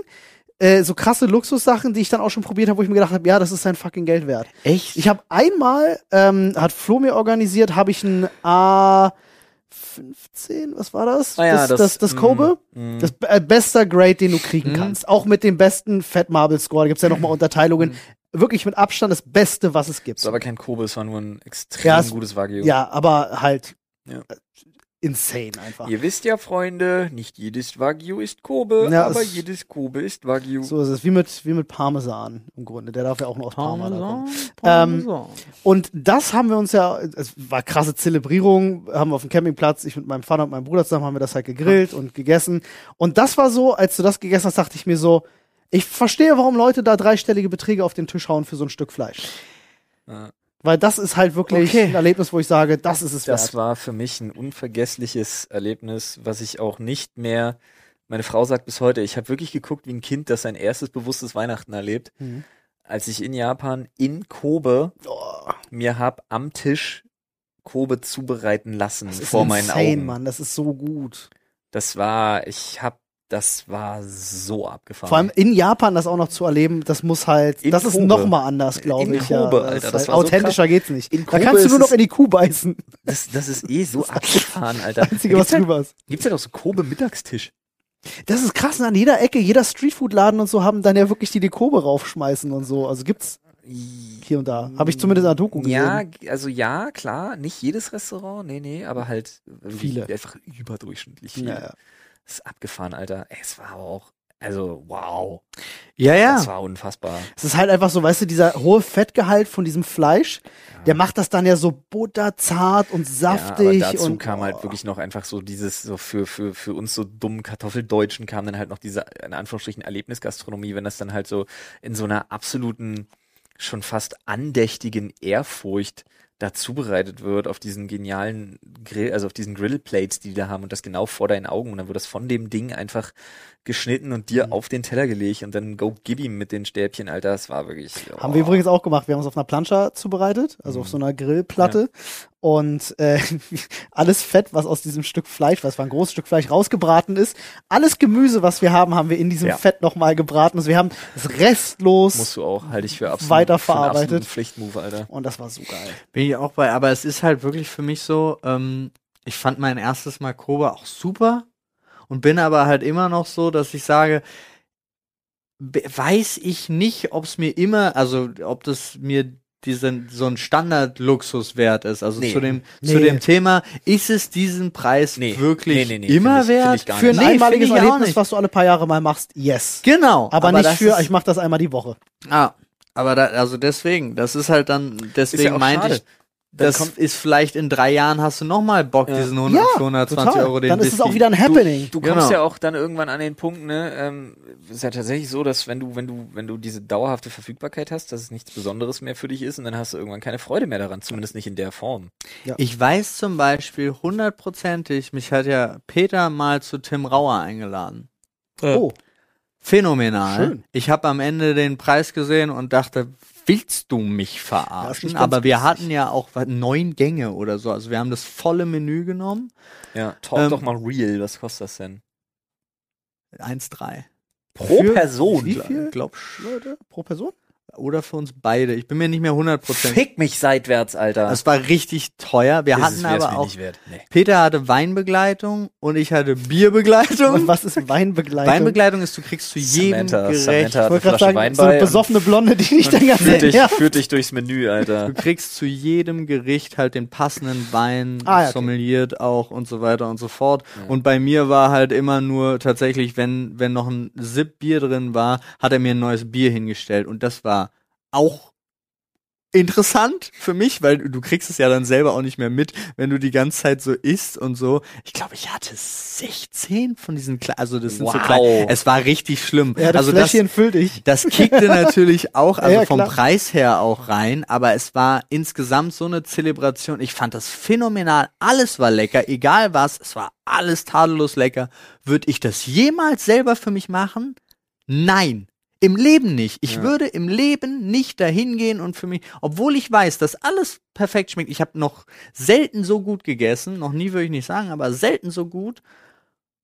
S1: äh, so krasse Luxussachen, die ich dann auch schon probiert habe, wo ich mir gedacht habe, ja, das ist sein fucking Geld wert.
S2: Echt?
S1: Ich habe einmal, ähm, hat Flo mir organisiert, habe ich ein A15, was war das?
S3: Ah ja,
S1: das, das, das Kobe.
S3: mm, mm.
S1: Das äh, bester Grade, den du kriegen
S2: Mhm.
S1: kannst. Auch mit dem besten Fat Marble Score. Da gibt's ja nochmal Unterteilungen. Wirklich mit Abstand das Beste, was es gibt.
S3: ist aber kein Kobe, es war nur ein extrem
S1: Ja, es-
S3: gutes Wagyu.
S1: ja, aber halt.
S3: Ja.
S1: insane einfach.
S3: Ihr wisst ja, Freunde, nicht jedes Wagyu ist Kobe,
S1: Ja,
S3: aber
S1: es-
S3: jedes Kobe ist Wagyu.
S1: So ist es, wie mit, wie mit Parmesan im Grunde. Der darf ja auch nur aus Parma da kommen.
S3: Ähm,
S1: Parmesan. Und das haben wir uns ja, es war krasse Zelebrierung, haben wir auf dem Campingplatz, ich mit meinem Vater und meinem Bruder zusammen haben wir das halt gegrillt und gegessen. Und das war so, als du das gegessen hast, dachte ich mir so, ich verstehe, warum Leute da dreistellige Beträge auf den Tisch hauen für so ein Stück Fleisch.
S3: Ja.
S1: Weil das ist halt wirklich
S2: Okay.
S1: ein Erlebnis, wo ich sage, das ist es
S3: Das
S1: wert.
S3: war für mich ein unvergessliches Erlebnis, was ich auch nicht mehr. Meine Frau sagt bis heute, ich habe wirklich geguckt wie ein Kind, das sein erstes bewusstes Weihnachten erlebt,
S1: Mhm.
S3: als ich in Japan in Kobe
S1: Oh,
S3: mir hab am Tisch Kobe zubereiten lassen
S1: das ist
S3: vor meinen
S1: insane,
S3: Augen.
S1: Mann, das ist so gut.
S3: Das war, ich hab, das war so abgefahren.
S1: Vor allem in Japan das auch noch zu erleben, das muss halt,
S3: In
S1: das ist
S3: Kobe.
S1: noch mal anders, glaube
S3: In
S1: ich.
S3: Kobe,
S1: ja.
S3: Alter,
S1: ist
S3: das
S1: halt,
S3: war so
S1: authentischer geht's nicht.
S3: In
S1: Da
S3: Kobe
S1: kannst du nur
S3: ist
S1: noch
S3: es-
S1: in die Kuh beißen.
S3: das, das ist eh so abgefahren, Alter.
S1: Einzige, was
S3: gibt's, halt,
S1: drüber ist.
S3: gibt's halt auch so Kobe Mittagstisch.
S1: Das ist krass, und an jeder Ecke, jeder Streetfood-Laden und so haben dann ja wirklich die Dekobe raufschmeißen und so. Also gibt's hier und da. Habe ich zumindest in der Doku gesehen.
S3: Ja, g- also ja, klar, nicht jedes Restaurant, nee, nee, aber halt irgendwie
S1: Viele.
S3: Einfach überdurchschnittlich viele.
S1: ja.
S3: Das ist abgefahren, Alter. Ey, es war aber auch, also wow,
S2: Ja,
S3: das
S2: ja.
S3: war unfassbar.
S1: Es ist halt einfach so, weißt du, dieser hohe Fettgehalt von diesem Fleisch, der macht das dann ja so butterzart und saftig.
S3: Ja, aber dazu
S1: und,
S3: kam
S1: oh.
S3: halt wirklich noch einfach so dieses, so für, für, für uns so dummen Kartoffeldeutschen kam dann halt noch diese, in Anführungsstrichen, Erlebnisgastronomie, wenn das dann halt so in so einer absoluten, schon fast andächtigen Ehrfurcht dazu bereitet wird auf diesen genialen Grill, also auf diesen Grillplates, die die da haben und das genau vor deinen Augen und dann wird das von dem Ding einfach geschnitten und
S1: Mhm.
S3: dir auf den Teller gelegt und dann go gib ihm mit den Stäbchen, Alter, das war wirklich. oh,
S1: Haben wir übrigens auch gemacht. Wir haben uns auf einer Plancha zubereitet, also
S3: Mhm.
S1: auf so einer Grillplatte. Und äh, alles Fett, was aus diesem Stück Fleisch, was war ein großes Stück Fleisch, rausgebraten ist, alles Gemüse, was wir haben, haben wir in diesem
S3: Ja.
S1: Fett nochmal gebraten. Also wir haben es restlos.
S3: musst du auch, halte ich für absolut
S1: Weiterverarbeitet.
S3: für einen absoluten Pflichtmove, Alter.
S1: und das war so geil.
S2: Bin ich auch bei. Aber es ist halt wirklich für mich so, ähm, ich fand mein erstes Mal Kobe auch super und bin aber halt immer noch so, dass ich sage, be- weiß ich nicht, ob es mir immer, also ob das mir diesen, so ein Standard-Luxus wert ist. Also
S3: Nee.
S2: zu, dem, zu
S1: Nee.
S2: dem Thema, ist es diesen Preis
S3: Nee.
S2: wirklich
S3: Nee, nee, nee,
S2: immer
S3: find ich- find
S2: wert?
S3: ich gar
S1: Für ein
S2: Nee, find
S1: einmaliges
S2: ich auch
S1: Erlebnis,
S2: nicht.
S1: was du alle paar Jahre mal machst, yes.
S2: Genau.
S1: Aber, nicht
S2: das
S1: für,
S2: ist-
S1: ich mach das einmal die Woche.
S2: Ah, aber da, also deswegen, das ist halt dann, deswegen
S3: auch
S2: meinte ich,
S3: schade. Dann
S2: das
S3: kommt-
S2: ist vielleicht in drei Jahren hast du nochmal Bock,
S3: Ja.
S2: diesen 100,
S1: Ja,
S2: 120
S1: total.
S2: Euro den
S1: Dann ist es
S2: Whisky-
S1: auch wieder ein Happening.
S3: Du kommst
S2: Genau.
S3: ja auch dann irgendwann an den Punkt, ne? Ähm, ist ja tatsächlich so, dass wenn du, wenn du, wenn du diese dauerhafte Verfügbarkeit hast, dass es nichts Besonderes mehr für dich ist und dann hast du irgendwann keine Freude mehr daran, zumindest nicht in der Form.
S2: Ich weiß zum Beispiel hundertprozentig, mich hat ja Peter mal zu Tim Rauer eingeladen.
S3: äh,
S1: oh,
S2: Phänomenal.
S1: Schön.
S2: Ich habe am Ende den Preis gesehen und dachte, willst du mich
S1: Das ist nicht
S2: verarschen?
S1: ganz
S2: Aber wir
S1: günstig.
S2: hatten ja auch was- neun Gänge oder so. Also wir haben das volle Menü genommen.
S3: Ja. Talk
S2: Ähm,
S3: doch mal real, was kostet das denn?
S2: 1,3.
S3: Pro
S1: Für
S3: Person.
S1: wie viel?
S2: Glaub, sch-
S1: Leute, pro Person?
S2: oder für uns beide. Ich bin mir nicht mehr hundertprozentig.
S3: Fick mich seitwärts, Alter.
S2: Das war richtig teuer. Also, Wir
S3: Ist
S2: hatten
S3: es mir- ist
S2: aber
S3: mir
S2: auch.
S3: nicht wert. Nee.
S2: Peter hatte Weinbegleitung und ich hatte
S1: Und
S2: Bierbegleitung.
S1: was ist Weinbegleitung?
S2: Weinbegleitung ist, du kriegst zu jedem
S3: Samantha,
S2: gerecht.
S3: Samantha
S1: ich
S3: hat eine
S1: wollte gerade
S3: Flasche
S1: sagen,
S3: Wein
S1: so eine
S3: bei und
S1: besoffene Blonde, die nicht den ganzen
S3: führt dich,
S1: Ja.
S3: führt dich durchs Menü, Alter.
S2: Du kriegst zu jedem Gericht halt den passenden Wein
S1: Ah, ja, okay.
S2: sommeliert auch und so weiter und so fort. Und bei mir war halt immer nur tatsächlich, wenn, wenn noch ein Sip Bier drin war, hat er mir ein neues Bier hingestellt. Und das war auch interessant für mich, weil du kriegst es ja dann selber auch nicht mehr mit, wenn du die ganze Zeit so isst und so. Ich glaube, ich hatte 16 von diesen, Kle also das sind so
S3: Wow.
S2: klein. Es war richtig schlimm.
S1: Ja, das
S2: also das,
S1: Fläschchen füllt dich.
S2: das kickte natürlich auch, also
S1: Ja,
S2: vom
S1: klar.
S2: Preis her auch rein, aber es war insgesamt so eine Zelebration. Ich fand das phänomenal. Alles war lecker, egal was, es war alles tadellos lecker. Würde ich das jemals selber für mich machen? Nein. Im Leben nicht. Ich würde im Leben nicht dahin gehen und für mich, obwohl ich weiß, dass alles perfekt schmeckt. Ich habe noch selten so gut gegessen, noch nie würde ich nicht sagen, aber selten so gut.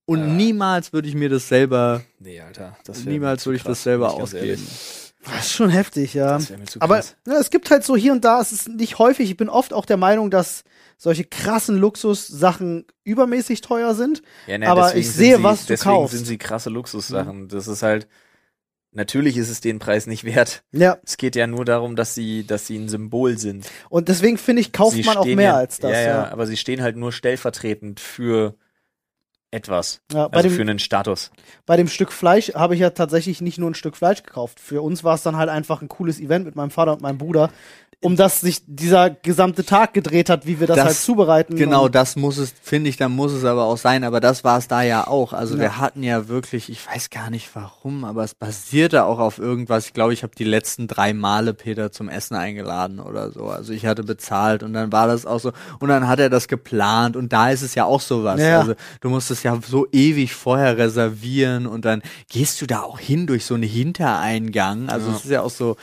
S2: Und
S3: Äh.
S2: niemals würde ich mir das selber,
S3: Nee, Alter. Das wär mir
S2: niemals
S3: zu
S2: würde ich
S3: krass,
S2: das selber
S3: bin ich ganz
S2: ausgeben.
S3: ehrlich.
S1: Das Ah, ist schon heftig, ja.
S3: Das wäre mir zu
S1: Aber
S3: krass.
S1: ne, es gibt halt so hier und da, es ist nicht häufig. Ich bin oft auch der Meinung, dass solche krassen Luxussachen übermäßig teuer sind.
S3: Ja, ne,
S1: Aber
S3: deswegen
S1: ich
S3: sind
S1: sehe,
S3: sie,
S1: was du
S3: deswegen
S1: kaufst.
S2: Mhm.
S3: sind sie krasse Luxussachen. Das ist halt, natürlich ist es den Preis nicht wert.
S1: Ja,
S3: Es geht ja nur darum, dass sie, dass sie ein Symbol sind.
S1: und deswegen finde ich, kauft
S3: sie
S1: man auch
S3: stehen
S1: mehr
S3: ja,
S1: als das.
S3: Ja, ja,
S1: ja.
S3: aber sie stehen halt nur stellvertretend für etwas.
S1: Ja, bei
S3: Also
S1: dem-
S3: für einen Status.
S1: Bei dem Stück Fleisch habe ich ja tatsächlich nicht nur ein Stück Fleisch gekauft. Für uns war es dann halt einfach ein cooles Event mit meinem Vater und meinem Bruder, um das sich dieser gesamte Tag gedreht hat, wie wir das,
S2: Das-
S1: halt zubereiten.
S2: Genau,
S1: und,
S2: das muss es, finde ich, dann muss es aber auch sein. Aber das war es da ja auch. Also wir hatten ja wirklich, ich weiß gar nicht warum, aber es basierte auch auf irgendwas. Ich glaube, ich habe die letzten drei Male Peter zum Essen eingeladen oder so. Also ich hatte bezahlt und dann war das auch so. Und dann hat er das geplant und da ist es ja auch sowas.
S1: Ja.
S2: Also du musst es ja so ewig vorher reservieren und dann gehst du da auch hin durch so einen Hintereingang. Also es ist ja auch so.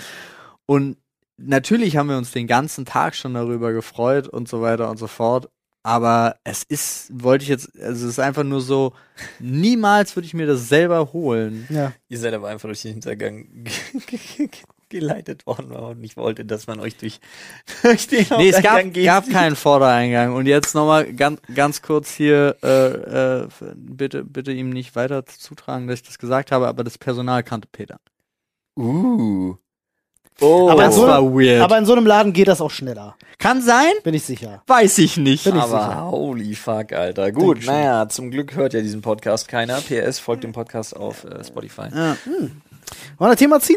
S2: Und natürlich haben wir uns den ganzen Tag schon darüber gefreut und so weiter und so fort. Aber es ist, wollte ich jetzt, also es ist einfach nur so, niemals würde ich mir das selber holen.
S1: ja.
S3: Ihr seid aber einfach durch den Hintergang geleitet worden und ich wollte, dass man euch durch, durch den
S2: Nee, es gab, gab keinen Vordereingang. Und jetzt nochmal ganz, ganz kurz hier, äh, äh, bitte, bitte ihm nicht weiter zutragen, dass ich das gesagt habe, aber das Personal kannte Peter.
S3: Uh. Oh.
S1: Aber
S2: das
S1: so-
S2: war weird.
S1: Aber in so einem Laden geht das auch schneller,
S2: Kann sein?
S1: bin ich sicher.
S2: Weiß ich nicht.
S1: Bin ich
S2: aber
S1: sicher.
S3: holy fuck, Alter. Gut,
S1: Dankeschön.
S3: naja, zum Glück hört ja diesen Podcast keiner. PS folgt dem Podcast auf äh, Spotify.
S2: Ja.
S1: Wollen wir das Thema ziehen?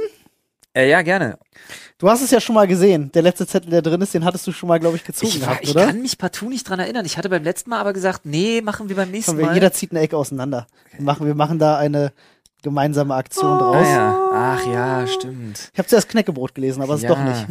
S3: Äh, ja, gerne.
S1: Du hast es ja schon mal gesehen. Der letzte Zettel, der drin ist, den hattest du schon mal, glaube ich, gezogen
S3: Ich, war-
S1: gehabt,
S3: ich
S1: oder?
S3: kann mich partout nicht dran erinnern. Ich hatte beim letzten Mal aber gesagt, nee, machen wir beim nächsten
S1: Von wegen,
S3: Mal.
S1: jeder zieht eine Ecke auseinander. Wir machen, wir machen da eine gemeinsame
S2: Oh,
S1: Aktion
S3: ah,
S1: draus.
S3: ja. Ach ja, stimmt.
S1: Ich habe zuerst Knäckebrot gelesen, aber es ist doch nicht.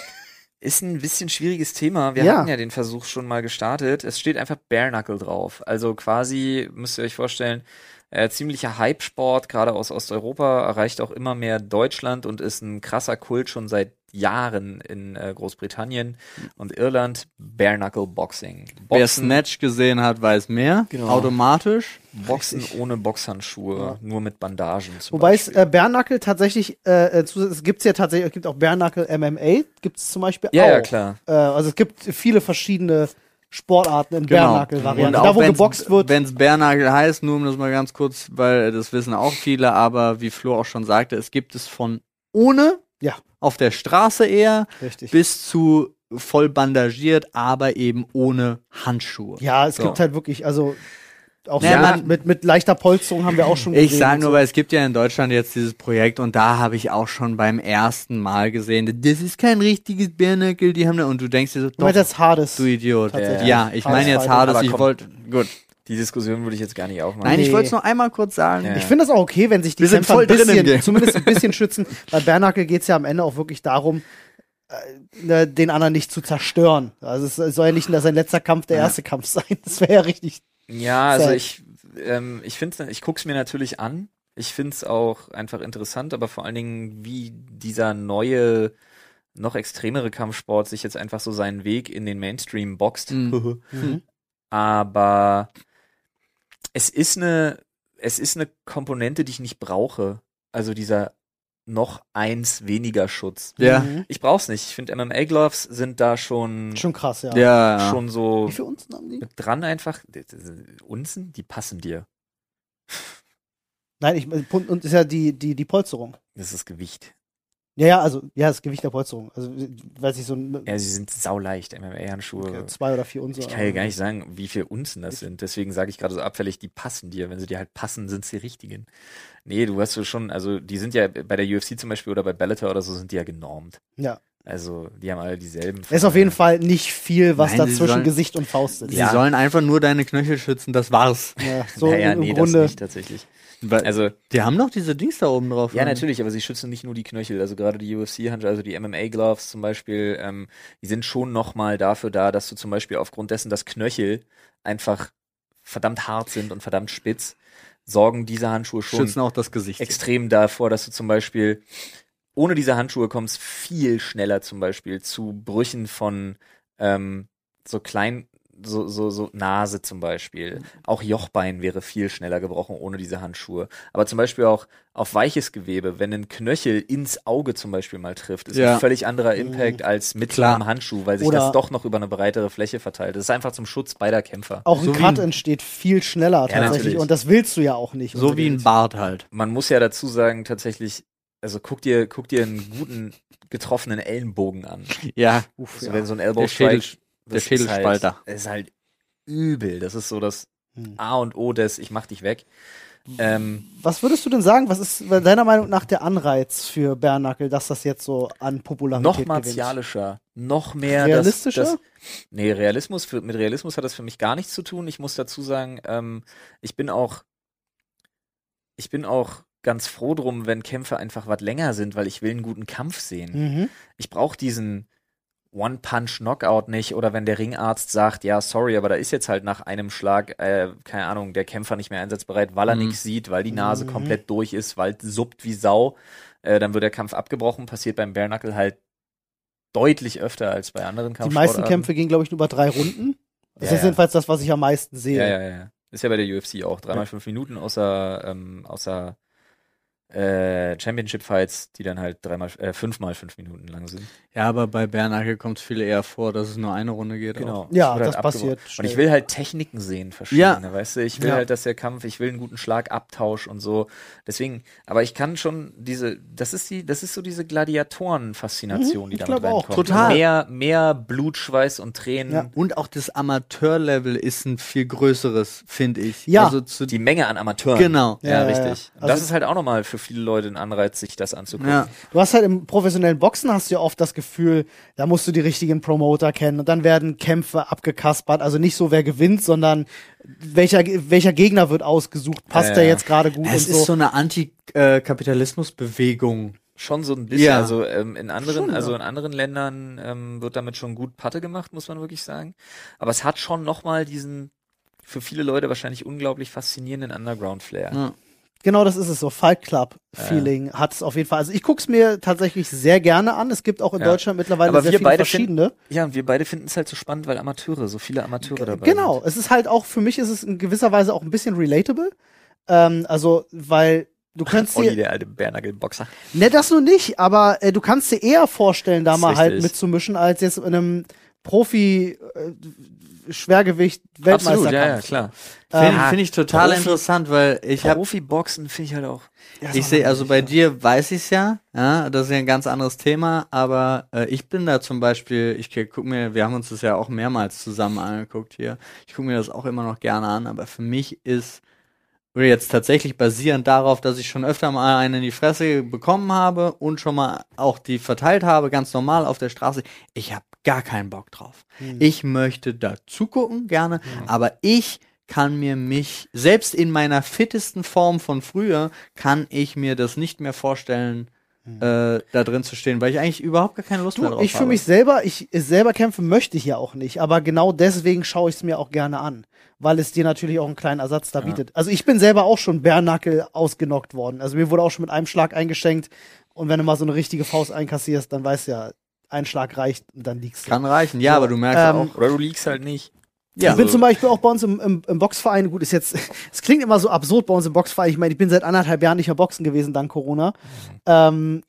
S3: Ist ein bisschen schwieriges Thema. Wir
S1: Ja.
S3: hatten ja den Versuch schon mal gestartet. Es steht einfach Bare Knuckle drauf. Also quasi, müsst ihr euch vorstellen, äh, ziemlicher Hype-Sport, gerade aus Osteuropa, erreicht auch immer mehr Deutschland und ist ein krasser Kult schon seit Jahren in äh, Großbritannien und Irland. Bare Knuckle Boxing.
S2: Wer
S3: Boxen,
S2: Snatch gesehen hat, weiß mehr.
S3: Genau.
S2: Automatisch.
S3: Boxen ohne Boxhandschuhe, nur mit Bandagen. Zum
S1: Wobei es
S3: Beispiel.
S1: äh, Bärnackel tatsächlich, äh, äh, zusätzlich- es gibt's ja tatsächlich, es gibt auch Bärnackel MMA, gibt's zum Beispiel
S3: Ja,
S1: auch.
S3: ja, klar.
S1: Äh, also es gibt viele verschiedene Sportarten in Bärnackel-Varianten.
S2: Genau. Und
S1: Da, wo
S2: wenn's-
S1: geboxt wird,
S2: Wenn's Bernagel heißt, nur um das mal ganz kurz, weil das wissen auch viele, aber wie Flo auch schon sagte, es gibt es von ohne,
S1: Ja.
S2: auf der Straße eher,
S1: richtig.
S2: bis zu voll bandagiert, aber eben ohne Handschuhe.
S1: Ja, es
S2: So.
S1: gibt halt wirklich, also auch
S2: Naja,
S1: so
S2: man-
S1: mit, mit, mit leichter Polsterung haben wir auch schon
S2: Ich
S1: gesehen
S2: sage
S1: und
S2: nur,
S1: so.
S2: weil es gibt ja in Deutschland jetzt dieses Projekt und da habe ich auch schon beim ersten Mal gesehen, das ist kein richtiges Bärnackel, die haben da und du denkst dir so,
S1: Du meinst
S2: doch,
S1: jetzt Hades.
S2: du Idiot.
S1: Tatsächlich.
S2: Ja, ich meine jetzt
S1: Hardest
S2: Hades,
S3: Aber
S2: ich
S3: komm.
S2: wollte, gut.
S3: Die Diskussion würde ich jetzt gar nicht aufmachen.
S2: Nein, ich
S1: Nee.
S2: wollte es nur einmal kurz sagen.
S3: Ja.
S1: Ich finde das auch okay, wenn sich die
S2: Wir sind
S1: Kämpfer
S2: voll
S1: ein
S2: drin im Game.
S1: bisschen, zumindest ein bisschen schützen. Bei Bernackel geht es ja am Ende auch wirklich darum, äh, ne, den anderen nicht zu zerstören. Also es soll ja nicht dass sein letzter Kampf der erste Kampf sein. Das wäre ja richtig.
S3: Ja, also
S1: Sad.
S3: ich, ähm, ich finde, ich guck's mir natürlich an. Ich find's auch einfach interessant, aber vor allen Dingen, wie dieser neue, noch extremere Kampfsport sich jetzt einfach so seinen Weg in den Mainstream boxt.
S2: Mhm.
S3: Aber es ist eine, es ist eine Komponente, die ich nicht brauche. Also dieser noch eins weniger Schutz.
S2: Ja.
S1: Mhm.
S3: Ich brauch's nicht. Ich finde MMA-Gloves sind da schon,
S1: Schon krass, ja.
S2: Ja, ja.
S3: schon so
S1: Wie viele Unzen haben die?
S3: mit dran einfach. Unzen, die passen dir.
S1: Nein, ich Pfund und ist ja die, die, die Polsterung.
S3: Das ist Gewicht.
S1: Ja, ja, also ja, das Gewicht der Polsterung. Also weiß ich so ein, ne,
S3: Ja, sie sind sauleicht, MMA-Handschuhe.
S1: okay, zwei oder vier Unzen.
S3: Ich kann ja gar nicht sagen, wie viel Unzen das sind. Deswegen sage ich gerade so abfällig, die passen dir. Wenn sie dir halt passen, sind sie die richtigen. Nee, du hast so schon, also die sind ja bei der UFC zum Beispiel oder bei Bellator oder so, sind die ja genormt.
S1: Ja,
S3: Also die haben alle dieselben.
S1: ist auf jeden Fall nicht viel, was
S2: Nein,
S1: da
S2: sie
S1: zwischen
S2: sollen-
S1: Gesicht und Faust ist.
S2: Sie
S3: Ja.
S2: sollen einfach nur deine Knöchel schützen, das war's.
S1: Ja, so
S3: So naja,
S1: im, im
S3: nee,
S1: Grunde.
S3: das nicht tatsächlich.
S2: Also,
S3: Also,
S2: die haben noch diese Dings da oben drauf.
S3: ja,
S2: oder?
S3: natürlich, aber sie schützen nicht nur die Knöchel. Also gerade die UFC-Handschuhe, also die MMA-Gloves zum Beispiel, ähm, die sind schon nochmal dafür da, dass du zum Beispiel aufgrund dessen, dass Knöchel einfach verdammt hart sind und verdammt spitz, sorgen diese Handschuhe schon
S2: Schützen auch das Gesicht.
S3: extrem davor, dass du zum Beispiel ohne diese Handschuhe kommst viel schneller zum Beispiel zu Brüchen von ähm, so klein so, so, so Nase zum Beispiel. Auch Jochbein wäre viel schneller gebrochen ohne diese Handschuhe. Aber zum Beispiel auch auf weiches Gewebe, wenn ein Knöchel ins Auge zum Beispiel mal trifft, ist
S2: Ja. Oh.
S3: ein völlig anderer Impact als mit
S2: Klar.
S3: einem Handschuh, weil sich
S1: Oder-
S3: das doch noch über eine breitere Fläche verteilt. Das ist einfach zum Schutz beider Kämpfer.
S1: Auch ein
S2: So wie
S1: Cut
S2: ein-
S1: entsteht viel schneller
S3: Ja,
S1: tatsächlich
S3: natürlich.
S1: und das willst du ja auch nicht.
S2: So wie ein
S1: unbedingt.
S2: Bart halt.
S3: Man muss ja dazu sagen, tatsächlich, Also guck dir, guck dir einen guten getroffenen Ellenbogen an.
S2: Ja,
S1: Uff,
S3: Also
S1: ja.
S3: wenn so ein
S2: der
S3: Elbow
S2: Schädel,
S3: Strike,
S2: der
S3: das ist
S2: Schädelspalter.
S3: Halt, ist halt übel. Das ist so das
S1: Hm.
S3: A und O des Ich mach dich weg. Ähm,
S1: Was würdest du denn sagen? Was ist deiner Meinung nach der Anreiz für Bärnackel, dass das jetzt so an Popularität
S3: noch
S1: gewinnt?
S3: martialischer, noch mehr
S1: Realistischer?
S3: Das, das, nee, Realismus für, mit Realismus hat das für mich gar nichts zu tun. Ich muss dazu sagen, ähm, ich bin auch, ich bin auch ganz froh drum, wenn Kämpfe einfach was länger sind, weil ich will einen guten Kampf sehen.
S1: Mhm.
S3: ich brauche diesen One-Punch-Knockout nicht oder wenn der Ringarzt sagt, ja, sorry, aber da ist jetzt halt nach einem Schlag, äh, keine Ahnung, der Kämpfer nicht mehr einsatzbereit, weil er
S2: Mhm.
S3: nichts sieht, weil die Nase
S1: Mhm.
S3: komplett durch ist, weil es suppt wie Sau, äh, dann wird der Kampf abgebrochen, passiert beim Bare Knuckle halt deutlich öfter als bei anderen
S1: Die
S3: Kampfsportarten.
S1: meisten Kämpfe gehen, glaube ich, nur über drei Runden. Das
S3: Ja,
S1: ist
S3: ja.
S1: jedenfalls das, was ich am meisten sehe.
S3: Ja, ja, ja. Ist ja bei der UFC auch. Dreimal fünf Minuten außer, ähm, außer äh, Championship-Fights, die dann halt dreimal, äh, fünfmal fünf Minuten lang sind.
S2: Ja, aber bei Bernacke kommt es viel eher vor, dass es nur eine Runde geht. auch.
S3: Genau.
S1: Ja,
S3: Es wird
S1: das passiert
S3: abgebrochen. Und
S1: schnell.
S3: ich will halt Techniken sehen, verschiedene, weißt du? Ich will
S1: Ja.
S3: halt, dass der Kampf, ich will einen guten Schlagabtausch und so. Deswegen, aber ich kann schon diese, das ist die, das ist so diese Gladiatoren-Faszination,
S1: Mhm,
S3: die
S1: ich
S3: damit
S1: glaub auch.
S3: reinkommt.
S2: Total.
S3: Mehr, mehr Blut, Schweiß und Tränen.
S1: Ja.
S2: Und auch das Amateurlevel ist ein viel größeres, finde ich.
S1: Ja.
S2: Also zu
S3: Die Menge an Amateuren.
S2: genau.
S1: Ja,
S3: Ja,
S1: ja,
S3: richtig.
S1: ja.
S3: Und das
S1: Also-
S3: ist halt auch nochmal für viele Leute ein Anreiz, sich das anzugucken.
S2: Ja.
S1: Du hast halt im professionellen Boxen hast du ja oft das Gefühl, da musst du die richtigen Promoter kennen und dann werden Kämpfe abgekaspert. Also nicht so, wer gewinnt, sondern welcher, welcher Gegner wird ausgesucht, passt
S3: Ja,
S1: der
S3: ja.
S1: jetzt gerade gut
S2: Es
S1: und
S2: ist
S1: so.
S2: so eine äh, Antikapitalismusbewegung.
S3: Schon so ein bisschen.
S2: Ja.
S3: Also ähm, in anderen,
S1: Schon, ja.
S3: also in anderen Ländern ähm, wird damit schon gut Patte gemacht, muss man wirklich sagen. Aber es hat schon nochmal diesen für viele Leute wahrscheinlich unglaublich faszinierenden Underground-Flair.
S2: Ja.
S1: Genau das ist es so. Fight Club-Feeling hat es auf jeden Fall. Also ich guck's mir tatsächlich sehr gerne an. Es gibt auch in
S3: Ja.
S1: Deutschland mittlerweile
S3: Aber
S1: sehr
S3: wir
S1: viele
S3: beide
S1: verschiedene.
S3: Ja, und wir beide finden es halt so spannend, weil Amateure, so viele Amateure dabei
S1: Genau, es ist halt auch, für mich ist es in gewisser Weise auch ein bisschen relatable. Ähm, also, weil du kannst
S3: sind. Olli,
S1: dir,
S3: der alte Bernagel-Boxer.
S1: ne, das nur nicht, aber äh, du kannst dir eher vorstellen, da
S3: Ist
S1: mal halt
S3: richtig.
S1: mitzumischen, als jetzt in einem Profi äh, Schwergewicht
S3: Absolut, ja, ja,
S1: Weltmeisterkampf.
S3: klar.
S2: Finde
S3: Ah,
S2: finde Ähm, ich total
S3: Profi-
S2: interessant, weil ich habe
S3: Profi-Boxen finde ich halt auch.
S1: Das
S2: Ich
S1: war
S2: sehe, also
S1: natürlich-
S2: bei dir weiß ich es ja, ja, das ist ja ein ganz anderes Thema, aber äh, ich bin da zum Beispiel, ich guck mir, wir haben uns das ja auch mehrmals zusammen angeguckt hier, ich gucke mir das auch immer noch gerne an, aber für mich ist, oder jetzt tatsächlich basierend darauf, dass ich schon öfter mal einen in die Fresse bekommen habe und schon mal auch die verteilt habe, ganz normal auf der Straße, ich habe gar keinen Bock drauf.
S1: Hm.
S2: Ich möchte da zugucken gerne, aber ich kann mir mich, selbst in meiner fittesten Form von früher, kann ich mir das nicht mehr vorstellen, äh, da drin zu stehen, weil ich eigentlich überhaupt gar keine Lust mehr
S1: Hm. Du,
S2: drauf
S1: ich für
S2: habe.
S1: mich selber, ich äh, selber kämpfen möchte ich ja auch nicht, aber genau deswegen schaue ich es mir auch gerne an, weil es dir natürlich auch einen kleinen Ersatz da bietet. Also ich bin selber auch schon Bärnackel ausgenockt worden. Also mir wurde auch schon mit einem Schlag eingeschenkt und wenn du mal so eine richtige Faust einkassierst, dann weißt du ja, ein Schlag reicht und dann liegst du.
S2: kann reichen, ja,
S1: So,
S2: aber du merkst
S1: ähm,
S2: auch,
S3: Oder du liegst halt nicht.
S2: ja,
S1: ich bin
S3: also-
S1: zum Beispiel auch bei uns im, im, im Boxverein, gut, ist jetzt, es klingt immer so absurd bei uns im Boxverein. Ich meine, ich bin seit anderthalb Jahren nicht mehr boxen gewesen, dank Corona.
S2: Mhm.
S1: Ähm,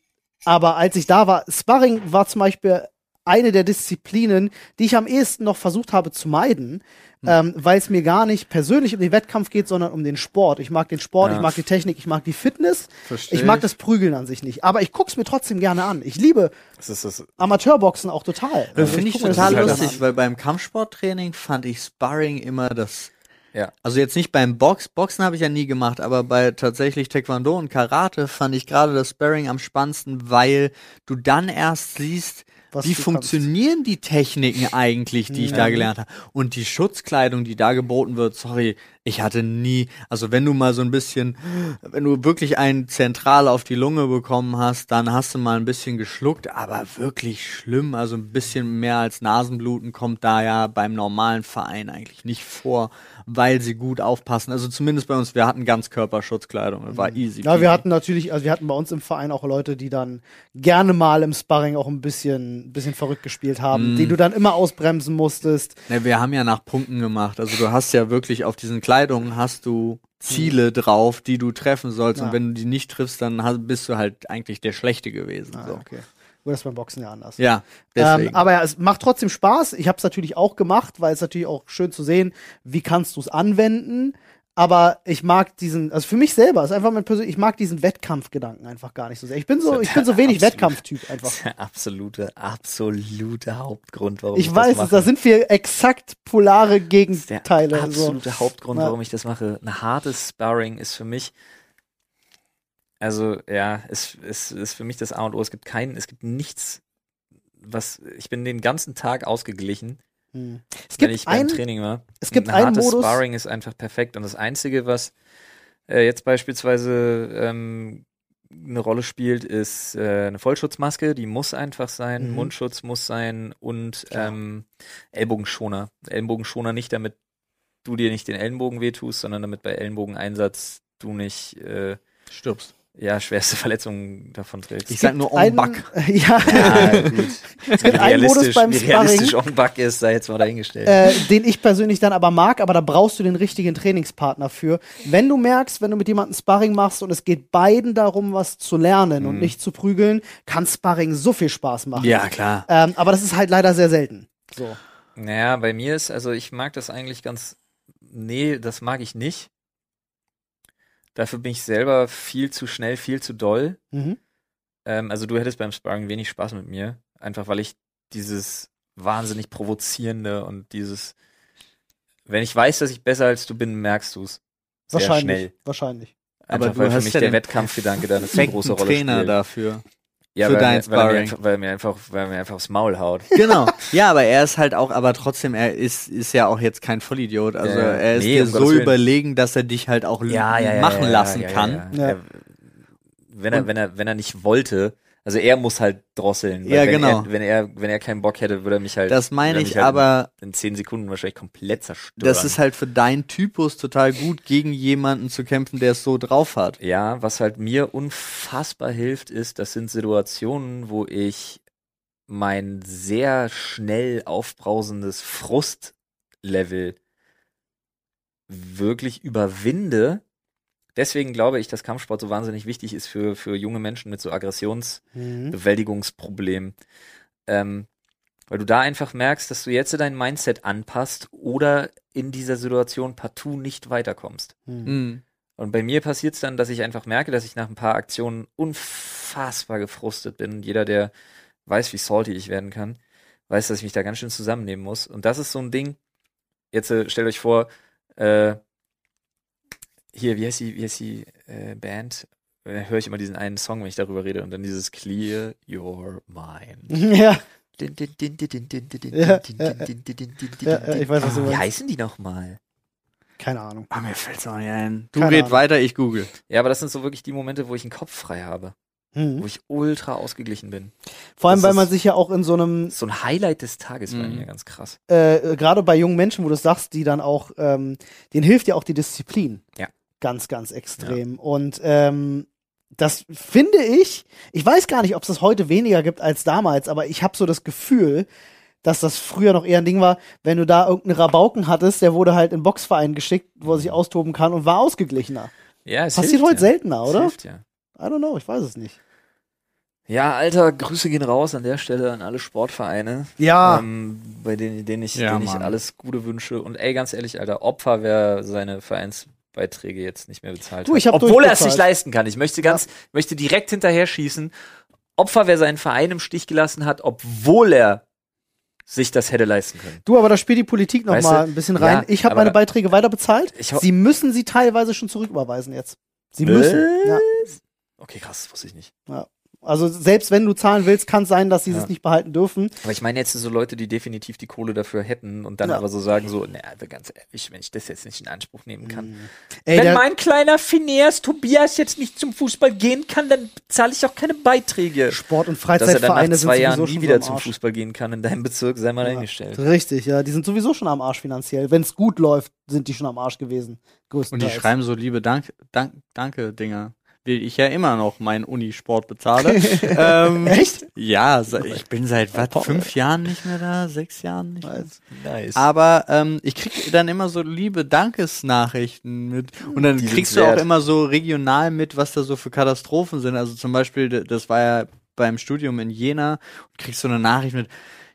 S1: aber als ich da war, Sparring war zum Beispiel eine der Disziplinen, die ich am ehesten noch versucht habe zu meiden,
S2: Mhm.
S1: ähm, weil es mir gar nicht persönlich um den Wettkampf geht, sondern um den Sport. Ich mag den Sport,
S3: Ja.
S1: ich mag die Technik, ich mag die Fitness,
S2: Versteh
S1: ich mag
S2: ich.
S1: das Prügeln an sich nicht. Aber ich guck's mir trotzdem gerne an. Ich liebe
S3: Das ist das.
S1: Amateurboxen auch total. Also
S2: finde äh, ich
S1: guck mir das
S2: total
S1: gerne
S2: lustig,
S1: an.
S2: weil beim Kampfsporttraining fand ich Sparring immer das
S3: Ja.
S2: Also jetzt nicht beim Box, Boxen habe ich ja nie gemacht, aber bei tatsächlich Taekwondo und Karate fand ich gerade das Sparring am spannendsten, weil du dann erst siehst,
S1: Was
S2: wie
S1: du
S2: funktionieren die Techniken eigentlich, die ich
S1: Mhm.
S2: da gelernt habe. Und die Schutzkleidung, die da geboten wird, sorry, ich hatte nie, also wenn du mal so ein bisschen, wenn du wirklich einen zentral auf die Lunge bekommen hast, dann hast du mal ein bisschen geschluckt, aber wirklich schlimm, also ein bisschen mehr als Nasenbluten kommt da ja beim normalen Verein eigentlich nicht vor, weil sie gut aufpassen. Also zumindest bei uns, wir hatten ganz Körperschutzkleidung, das war easy.
S1: Mhm. Ja,
S3: Mhm.
S2: peasy.
S1: wir hatten natürlich, also wir hatten bei uns im Verein auch Leute, die dann gerne mal im Sparring auch ein bisschen, bisschen verrückt gespielt haben,
S3: Mhm.
S1: die du dann immer ausbremsen musstest.
S2: Ne, wir haben ja nach Punkten gemacht. Also du hast ja wirklich auf diesen Kleidungen hast du Ziele drauf, die du treffen sollst.
S1: Hm. Ja.
S2: Und wenn du die nicht triffst, dann hast, bist du halt eigentlich der Schlechte gewesen.
S1: Ah,
S2: so.
S1: okay. Gut, das ist beim Boxen ja anders.
S2: Ja, deswegen.
S1: Ähm, aber ja, es macht trotzdem Spaß. Ich habe es natürlich auch gemacht, weil es natürlich auch schön zu sehen, wie kannst du es anwenden. Aber ich mag diesen, also für mich selber, ist einfach mein persönlich, ich mag diesen Wettkampfgedanken einfach gar nicht so sehr. Ich bin so, ich bin so wenig
S3: Absolut.
S1: Wettkampftyp einfach.
S3: Der absolute, absolute Hauptgrund, warum ich,
S1: Ich weiß, es,
S3: das mache.
S1: da sind wir exakt polare
S3: ist der
S1: Gegenteile. so.
S3: absolute Hauptgrund,
S1: Ja.
S3: warum ich das mache. Ein hartes Sparring ist für mich, also ja, es ist, ist, für mich das A und O. Es gibt keinen, es gibt nichts, was ich bin den ganzen Tag ausgeglichen,
S1: Hm. Es
S3: wenn
S1: gibt
S3: ich beim
S1: einen,
S3: Training war.
S1: es gibt
S3: ein
S1: einen
S3: hartes
S1: Modus.
S3: Sparring ist einfach perfekt und das einzige, was äh, jetzt beispielsweise ähm, eine Rolle spielt, ist äh, eine Vollschutzmaske, die muss einfach sein,
S1: Mhm.
S3: Mundschutz muss sein und ähm, Ellbogenschoner. Ellbogenschoner nicht, damit du dir nicht den Ellenbogen wehtust, sondern damit bei Ellenbogeneinsatz du nicht äh,
S2: Stirbst.
S3: ja schwerste Verletzungen davon trägst.
S2: Ich sag nur Onback.
S1: ja,
S3: ja, gut.
S1: es gibt
S3: Wie
S1: einen Modus
S3: realistisch,
S1: beim
S3: wie realistisch
S1: Sparring,
S3: on Back ist, sei jetzt mal dahingestellt.
S1: äh, den ich persönlich dann aber mag, aber da brauchst du den richtigen Trainingspartner für. Wenn du merkst, wenn du mit jemandem Sparring machst und es geht beiden darum, was zu lernen
S3: Hm.
S1: und nicht zu prügeln, kann Sparring so viel Spaß machen.
S2: Ja, klar.
S1: Ähm, aber das ist halt leider sehr selten. So.
S3: Naja, bei mir ist, also ich mag das eigentlich ganz. Nee, das mag ich nicht. Dafür bin ich selber viel zu schnell, viel zu doll.
S1: Mhm.
S3: Ähm, also du hättest beim Sparring wenig Spaß mit mir. Einfach weil ich dieses wahnsinnig provozierende und dieses. Wenn ich weiß, dass ich besser als du bin, merkst du es. Sehr
S1: Wahrscheinlich.
S3: schnell.
S1: Wahrscheinlich.
S2: Aber
S3: Einfach
S2: du
S3: weil für
S2: hast
S3: mich
S2: ja
S3: der
S2: den
S3: Wettkampfgedanke da eine zu
S2: Perfekten
S3: große Rolle
S2: Trainer
S3: spielt.
S2: dafür.
S3: Ja,
S2: für
S3: weil,
S2: dein
S3: mir- weil,
S2: Sparring.
S3: mir einfach, weil mir einfach, weil mir einfach aufs Maul haut.
S2: Genau. Ja, aber er ist halt auch, aber trotzdem, er ist, ist ja auch jetzt kein Vollidiot. Also
S3: Ja, ja.
S2: er ist
S3: Nee,
S2: dir
S3: um
S2: so
S3: Gottes Willen.
S2: überlegen, dass er dich halt auch l- machen lassen kann.
S1: ja. Ja.
S3: Er- Wenn er,
S2: Und-
S3: wenn er, wenn er nicht wollte, also er muss halt drosseln. weil
S2: Ja,
S3: wenn
S2: genau.
S3: Er, wenn er, wenn er keinen Bock hätte, würde er mich halt.
S2: Das
S3: würde
S2: meine
S3: er
S2: ich
S3: mich halt
S2: aber,
S3: in zehn Sekunden wahrscheinlich komplett zerstören.
S2: das ist halt für deinen Typus total gut, gegen jemanden zu kämpfen, der es so drauf hat.
S3: ja, was halt mir unfassbar hilft, ist, das sind Situationen, wo ich mein sehr schnell aufbrausendes Frustlevel wirklich überwinde. Deswegen glaube ich, dass Kampfsport so wahnsinnig wichtig ist für, für junge Menschen mit so Aggressions-
S1: Mhm.
S3: Bewältigungsproblem. Ähm, weil du da einfach merkst, dass du jetzt dein Mindset anpasst oder in dieser Situation partout nicht weiterkommst.
S1: Mhm.
S2: Mhm.
S3: Und bei mir passiert es dann, dass ich einfach merke, dass ich nach ein paar Aktionen unfassbar gefrustet bin. Und jeder, der weiß, wie salty ich werden kann, weiß, dass ich mich da ganz schön zusammennehmen muss. Und das ist so ein Ding. Jetzt äh, stellt euch vor, äh, hier, wie heißt die, wie heißt die äh, Band? Äh, Höre ich immer diesen einen Song, wenn ich darüber rede. Und dann dieses Clear Your Mind.
S1: Ja,
S3: Din, din, din, din, din, din, din, din,
S1: Ja,
S3: din,
S1: ja,
S3: din, din, din, din, din,
S1: ja,
S3: din,
S1: ja, ich
S3: din.
S1: weiß, was du
S3: Wie
S1: meinst.
S3: heißen die nochmal?
S1: Keine Ahnung.
S2: Ah, mir fällt's auch nicht ein. Du
S1: Keine
S2: red
S1: Ahnung.
S2: weiter, ich google.
S3: Ja, aber das sind so wirklich die Momente, wo ich einen Kopf frei habe.
S1: Mhm.
S3: wo ich ultra ausgeglichen bin.
S1: Vor allem,
S3: Das
S1: weil
S3: ist-
S1: man sich ja auch in so einem,
S3: So ein Highlight des Tages bei
S1: Hm.
S2: Mhm.
S3: mir, ganz krass.
S1: äh, gerade bei jungen Menschen, wo du es sagst, die dann auch, ähm, denen hilft ja auch die Disziplin.
S3: Ja.
S1: Ganz, ganz extrem. Und ähm, das finde ich, ich weiß gar nicht, ob es das heute weniger gibt als damals, aber ich habe so das Gefühl, dass das früher noch eher ein Ding war, wenn du da irgendeinen Rabauken hattest, der wurde halt in den Boxverein geschickt, wo er sich austoben kann und war ausgeglichener.
S3: Ja, Mhm. es
S1: Passiert
S3: hilft,
S1: heute
S3: ja.
S1: seltener,
S3: Es
S1: oder?
S3: Hilft, ja.
S1: I don't know, ich weiß es nicht.
S3: ja, Alter, Grüße gehen raus an der Stelle an alle Sportvereine,
S1: Ja.
S3: ähm, bei denen, denen, ich,
S2: Ja,
S3: denen ich
S2: Mann.
S3: alles Gute wünsche. Und ey, ganz ehrlich, Alter, Opfer, wer seine Vereinsbeiträge jetzt nicht mehr bezahlt
S1: Du, ich
S3: hat.
S1: hab
S3: Obwohl er es nicht
S1: durchbezahlt.
S3: leisten kann. Ich möchte ganz, möchte direkt hinterher schießen. Opfer, wer seinen Verein im Stich gelassen hat, obwohl er sich das hätte leisten können.
S1: Du, aber da spielt die Politik noch
S3: Weißt
S1: mal
S3: du,
S1: ein bisschen
S3: ja,
S1: rein. ich habe
S3: aber
S1: meine
S3: da-
S1: Beiträge weiter bezahlt.
S3: Ich hau-
S1: Sie müssen sie teilweise schon zurücküberweisen jetzt. Sie müssen. Ja.
S3: Okay, krass, das wusste ich nicht.
S1: Also selbst wenn du zahlen willst, kann es sein, dass sie
S3: Ja.
S1: es nicht behalten dürfen.
S3: Aber ich meine jetzt so Leute, die definitiv die Kohle dafür hätten und dann
S1: Ja.
S3: aber so sagen so, naja, also ganz ehrlich, wenn ich das jetzt nicht in Anspruch nehmen kann.
S1: Mhm. Ey,
S3: wenn
S1: der,
S3: mein kleiner Phineas Tobias jetzt nicht zum Fußball gehen kann, dann zahle ich auch keine Beiträge.
S1: Sport- und
S3: Dass er dann
S1: Freizeitvereine
S3: nach
S1: sind
S3: zwei Jahren
S1: sowieso
S3: nie
S1: schon
S3: wieder
S1: so am
S3: zum
S1: Arsch.
S3: Fußball gehen kann in deinem Bezirk, sei mal dahingestellt.
S1: Richtig, ja, die sind sowieso schon am Arsch finanziell. Wenn es gut läuft, sind die schon am Arsch gewesen.
S2: Und die schreiben so liebe Dank, Dank, Danke, Dinger. Will ich ja immer noch meinen Unisport bezahle. ähm,
S1: Echt?
S2: Ja, se- ich bin seit was, fünf Jahren nicht mehr da, sechs Jahren nicht
S1: Also
S2: mehr.
S3: Nice.
S2: Aber ähm, ich krieg dann immer so liebe Dankesnachrichten mit. Und dann
S3: Die sind's
S2: kriegst du
S3: wert.
S2: auch immer so regional mit, was da so für Katastrophen sind. Also zum Beispiel, d- das war ja beim Studium in Jena, und kriegst so eine Nachricht mit,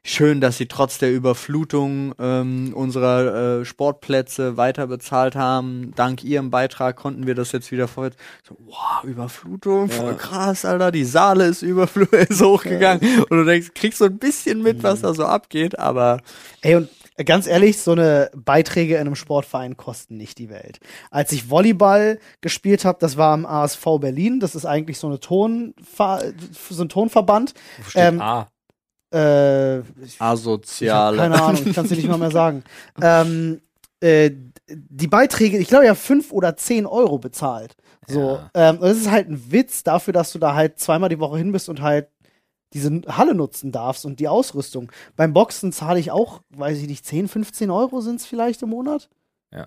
S2: Schön, dass sie trotz der Überflutung ähm, unserer äh, Sportplätze weiter bezahlt haben. Dank ihrem Beitrag konnten wir das jetzt wieder voll. So, wow, Überflutung, voll krass, Alter. Die Saale ist überflutet, ist hochgegangen. Und du denkst, kriegst so ein bisschen mit,
S3: Mhm.
S2: was da so abgeht, aber
S1: Ey, und äh, ganz ehrlich, so eine Beiträge in einem Sportverein kosten nicht die Welt. Als ich Volleyball gespielt habe, das war am ASV Berlin, das ist eigentlich so, eine Tonver so ein Tonverband. Ähm,
S3: ah.
S1: äh, ich ich hab
S2: asoziale.
S1: keine Ahnung, ich kann es dir nicht mal mehr sagen. Ähm, äh, die Beiträge, ich glaube ja fünf oder zehn Euro bezahlt. So, ähm, und das ist halt ein Witz dafür, dass du da halt zweimal die Woche hin bist und halt diese Halle nutzen darfst und die Ausrüstung. Beim Boxen zahle ich auch, weiß ich nicht, 10, 15 Euro sind es vielleicht im Monat.
S3: Ja.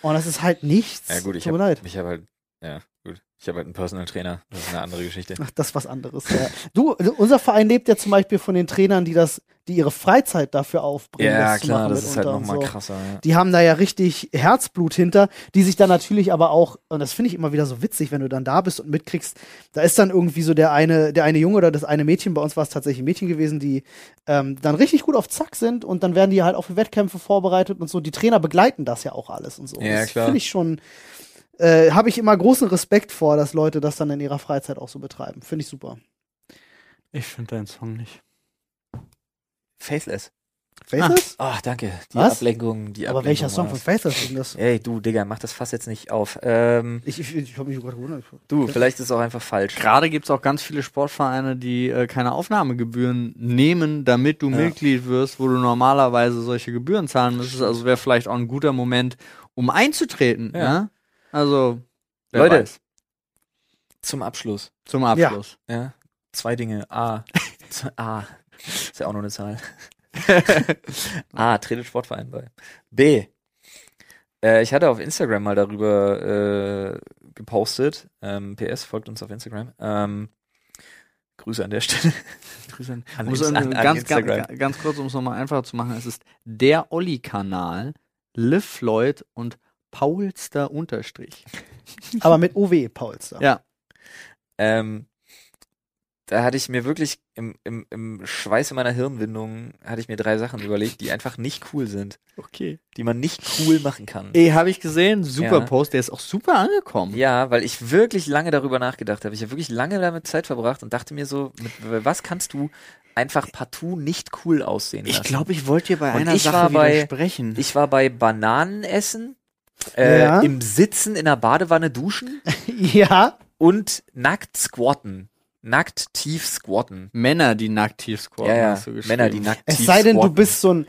S1: Und das ist halt nichts.
S3: Ja, gut, ich
S1: Tut mir leid.
S3: hab, ich hab halt, ja, gut. Ich habe halt einen Personal Trainer. Das ist eine andere Geschichte.
S1: Ach, das ist was anderes. Ja. Du, also unser Verein lebt ja zum Beispiel von den Trainern, die das, die ihre Freizeit dafür aufbringen.
S3: Ja,
S1: das zu
S3: klar,
S1: machen
S3: das ist halt
S1: mitunter und
S3: nochmal
S1: so.
S3: krasser. Ja.
S1: Die haben da ja richtig Herzblut hinter, die sich dann natürlich aber auch, und das finde ich immer wieder so witzig, wenn du dann da bist und mitkriegst, da ist dann irgendwie so der eine, der eine Junge oder das eine Mädchen, bei uns war es tatsächlich ein Mädchen gewesen, die ähm, dann richtig gut auf Zack sind und dann werden die halt auch für Wettkämpfe vorbereitet und so. Die Trainer begleiten das ja auch alles und so.
S3: Ja,
S1: das
S3: klar.
S1: finde ich schon, äh, habe ich immer großen Respekt vor, dass Leute das dann in ihrer Freizeit auch so betreiben. Finde ich super.
S2: Ich finde deinen Song nicht.
S3: Faceless.
S1: Faces?
S3: Ach, danke. Die
S1: Was?
S3: Ablenkung, die Ablenkung.
S1: aber welcher Song
S3: war
S1: von
S3: das.
S1: Faces ist denn das?
S3: Ey, du, Digga, mach das Fass jetzt nicht auf. Ähm,
S1: Ich, ich, ich habe mich gerade gewundert.
S3: du, vielleicht ist es auch einfach falsch.
S2: Gerade gibt es auch ganz viele Sportvereine, die äh, keine Aufnahmegebühren nehmen, damit du Mitglied wirst, wo du normalerweise solche Gebühren zahlen müsstest. Also wäre vielleicht auch ein guter Moment, um einzutreten.
S3: Ja.
S2: Ne? Also, wer
S3: Leute.
S2: weiß.
S3: Zum Abschluss.
S2: zum Abschluss.
S3: Ja. Zwei Dinge. A. Z- A. Ist ja auch nur eine Zahl. A. Tretet Sportverein bei. B. Äh, ich hatte auf Instagram mal darüber äh, gepostet. Ähm, PS, folgt uns auf Instagram. Ähm, Grüße an der Stelle.
S2: Interessant.
S3: An
S2: Um es,
S3: Inst-
S2: äh,
S3: an- an
S2: ganz,
S3: Instagram.
S2: ganz, ganz kurz, um es nochmal einfacher zu machen, es ist der Olli-Kanal, Liv Floyd und Paulster Unterstrich.
S1: Aber mit OW, Paulster.
S2: Ja.
S3: Ähm, da hatte ich mir wirklich im, im, im Schweiße meiner Hirnwindung hatte ich mir drei Sachen überlegt, die einfach nicht cool sind,
S2: Okay.
S3: die man nicht cool machen kann.
S2: Ey, habe ich gesehen. Super
S3: Ja.
S2: Post, der ist auch super angekommen.
S3: Ja, weil ich wirklich lange darüber nachgedacht habe. Ich habe wirklich lange damit Zeit verbracht und dachte mir so, mit was kannst du einfach partout nicht cool aussehen lassen?
S2: Ich glaube, ich wollte dir bei
S3: Und
S2: einer
S3: ich war
S2: Sache
S3: bei-
S2: widersprechen.
S3: ich war bei Bananenessen, äh,
S1: Ja.
S3: im Sitzen in der Badewanne duschen
S1: ja.
S3: und nackt squatten. Nackt tief squatten.
S2: Männer, die nackt tief squatten,
S3: Ja, ja.
S2: hast du geschrieben.
S3: Männer, die nackt
S1: Es
S3: tief
S1: sei denn, du
S3: squatten.
S1: bist so ein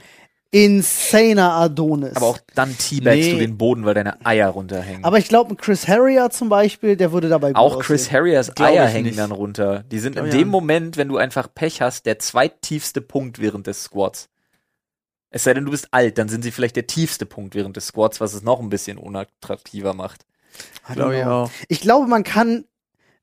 S1: insaner Adonis.
S3: Aber auch dann teabagst du
S2: Nee.
S3: den Boden, weil deine Eier runterhängen.
S1: Aber ich glaube, ein Chris Harrier zum Beispiel, der würde dabei gut
S3: auch Chris Harriers
S2: Glaub
S3: Eier
S2: ich
S3: hängen
S2: nicht.
S3: dann runter. Die sind
S2: Oh
S3: in
S2: ja.
S3: dem Moment, wenn du einfach Pech hast, der zweittiefste Punkt während des Squats. Es sei denn, du bist alt, dann sind sie vielleicht der tiefste Punkt während des Squats, was es noch ein bisschen unattraktiver macht.
S1: Harrier.
S2: Glaub ich auch.
S1: Ich glaube, man kann.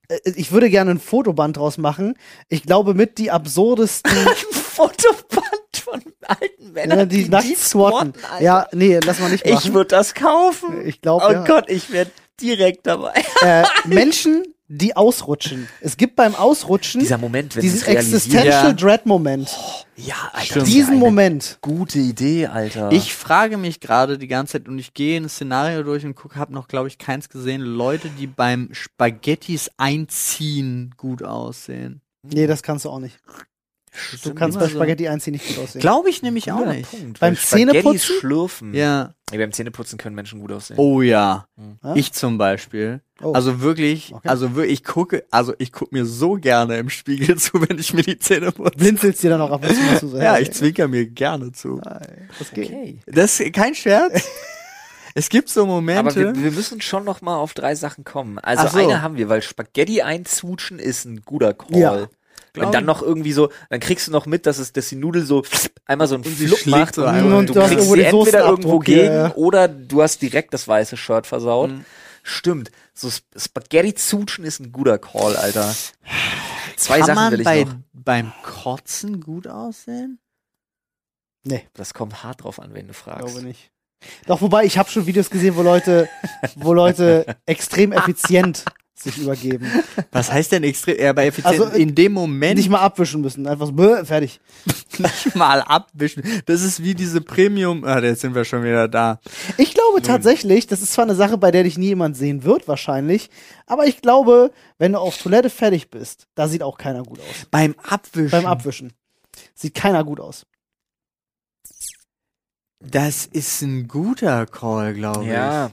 S1: äh, Ich würde gerne ein Fotoband draus machen. Ich glaube, mit die absurdesten,
S3: Ein Fotoband von alten Männern,
S1: ja, die nackt squatten. Ja, nee, lass mal nicht machen.
S3: würde das kaufen. Oh
S1: Ich glaube, ja.
S3: Gott, ich wäre direkt dabei.
S1: äh, Menschen, die ausrutschen. Es gibt beim Ausrutschen
S3: Dieser Moment, wenn sie
S1: diesen
S3: es realisieren.
S1: Existential
S2: Ja.
S1: Dread Moment.
S3: Ja,
S2: Stimmt.
S3: das ist ja
S1: diesen
S3: eine
S1: Moment.
S3: Gute Idee, Alter.
S2: Ich frage mich gerade die ganze Zeit und ich gehe ein Szenario durch und gucke, habe noch, glaube ich, keins gesehen. Leute, die beim Spaghettis einziehen gut aussehen.
S1: Nee, das kannst du auch nicht. Du kannst
S3: Also-
S1: bei Spaghetti einziehen nicht gut aussehen.
S2: Glaube ich nämlich auch
S3: Guter
S2: nicht.
S3: Punkt,
S1: Beim
S3: weil Spaghettis
S1: Zähneputzen?
S3: schlürfen.
S2: Ja.
S3: Nee, beim Zähneputzen können Menschen gut aussehen.
S2: Oh ja.
S1: Ja?
S2: Ich zum Beispiel.
S1: Oh.
S2: Also wirklich,
S1: Okay.
S2: also wirklich, ich gucke, also ich gucke mir so gerne im Spiegel zu, wenn ich mir die Zähne putze.
S1: Blinzelst dir dann auch ab und zu mal zu so,
S2: Ja,
S1: hey,
S2: ich zwinker mir gerne zu.
S1: Das geht.
S2: Das ist kein Scherz. es gibt so Momente.
S3: Aber wir, wir müssen schon noch mal auf drei Sachen kommen. Also
S2: Ach so.
S3: eine haben wir, weil Spaghetti einzutschen ist ein guter Call.
S1: Ja,
S3: Wenn
S2: glaub
S3: dann
S2: ich.
S3: noch irgendwie so, dann kriegst du noch mit, dass es, dass die Nudel so einmal so einen
S2: sie
S3: Flug
S2: schlägt
S3: macht
S2: so
S3: und,
S2: einmal
S3: und
S2: in
S3: du
S2: die Luft.
S3: kriegst
S1: Wo
S3: sie
S1: der
S3: entweder irgendwo
S1: Soßenabdruck, ja,
S3: gegen
S1: ja.
S3: oder du hast direkt das weiße Shirt versaut.
S2: Mhm.
S3: Stimmt. So Sp- Spaghetti zutschen ist ein guter Call, Alter. Zwei
S2: Kann
S3: Sachen
S2: man
S3: will ich
S2: bei,
S3: noch.
S2: beim Kotzen gut aussehen?
S3: Das kommt hart drauf an, wenn du fragst.
S1: Glaube nicht. Doch, wobei, ich habe schon Videos gesehen, wo Leute, wo Leute extrem effizient sich übergeben.
S2: Was heißt denn extrem? Er bei effizient
S1: Also, äh,
S2: in dem Moment
S1: Nicht mal abwischen müssen, einfach so, bäh, fertig.
S2: nicht mal abwischen. Das ist wie diese Premium. Ah, jetzt sind wir schon wieder da.
S1: Ich glaube tatsächlich, das ist zwar eine Sache, bei der dich nie jemand sehen wird, wahrscheinlich, aber ich glaube, wenn du auf Toilette fertig bist, da sieht auch keiner gut aus.
S2: Beim Abwischen.
S1: Beim Abwischen. Sieht keiner gut aus.
S2: Das ist ein guter Call, glaube ich.
S3: Ja.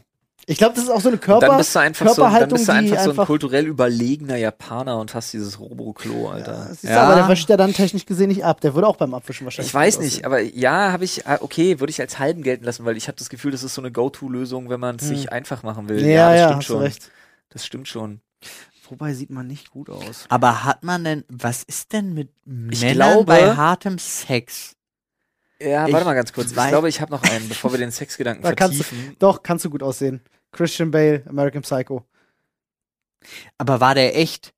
S1: Ich glaube, das ist auch so eine
S3: Und
S1: Körper
S3: dann bist du einfach, so, dann
S1: Körperhaltung,
S3: bist du
S1: die
S3: einfach so ein
S1: einfach.
S3: kulturell überlegener Japaner und hast dieses Roboklo, Alter.
S1: das ist
S2: Ja.
S1: aber der wäscht ja dann technisch gesehen nicht ab. Der würde auch beim Abwischen wahrscheinlich.
S3: Ich weiß
S1: gut
S3: nicht, aber ja, habe ich, ah, okay, würde ich als halben gelten lassen, weil ich habe das Gefühl, das ist so eine Go-To-Lösung, wenn man es sich einfach machen will.
S1: aussehen. Hm. Ja,
S3: das
S1: ja,
S3: stimmt
S1: hast du
S3: schon.
S1: recht.
S3: Das stimmt schon.
S2: Wobei sieht man nicht gut aus. Aber hat man denn, was ist denn mit
S3: Ich
S2: Männern
S3: glaube-
S2: bei hartem Sex?
S3: Ja,
S2: Ich
S3: warte mal ganz kurz. Ich
S2: weiß-
S3: glaube, ich habe noch einen, bevor wir den Sexgedanken
S1: Da kannst du-
S3: vertiefen.
S1: Doch, kannst du gut aussehen. Christian Bale, American Psycho.
S2: Aber war der echt?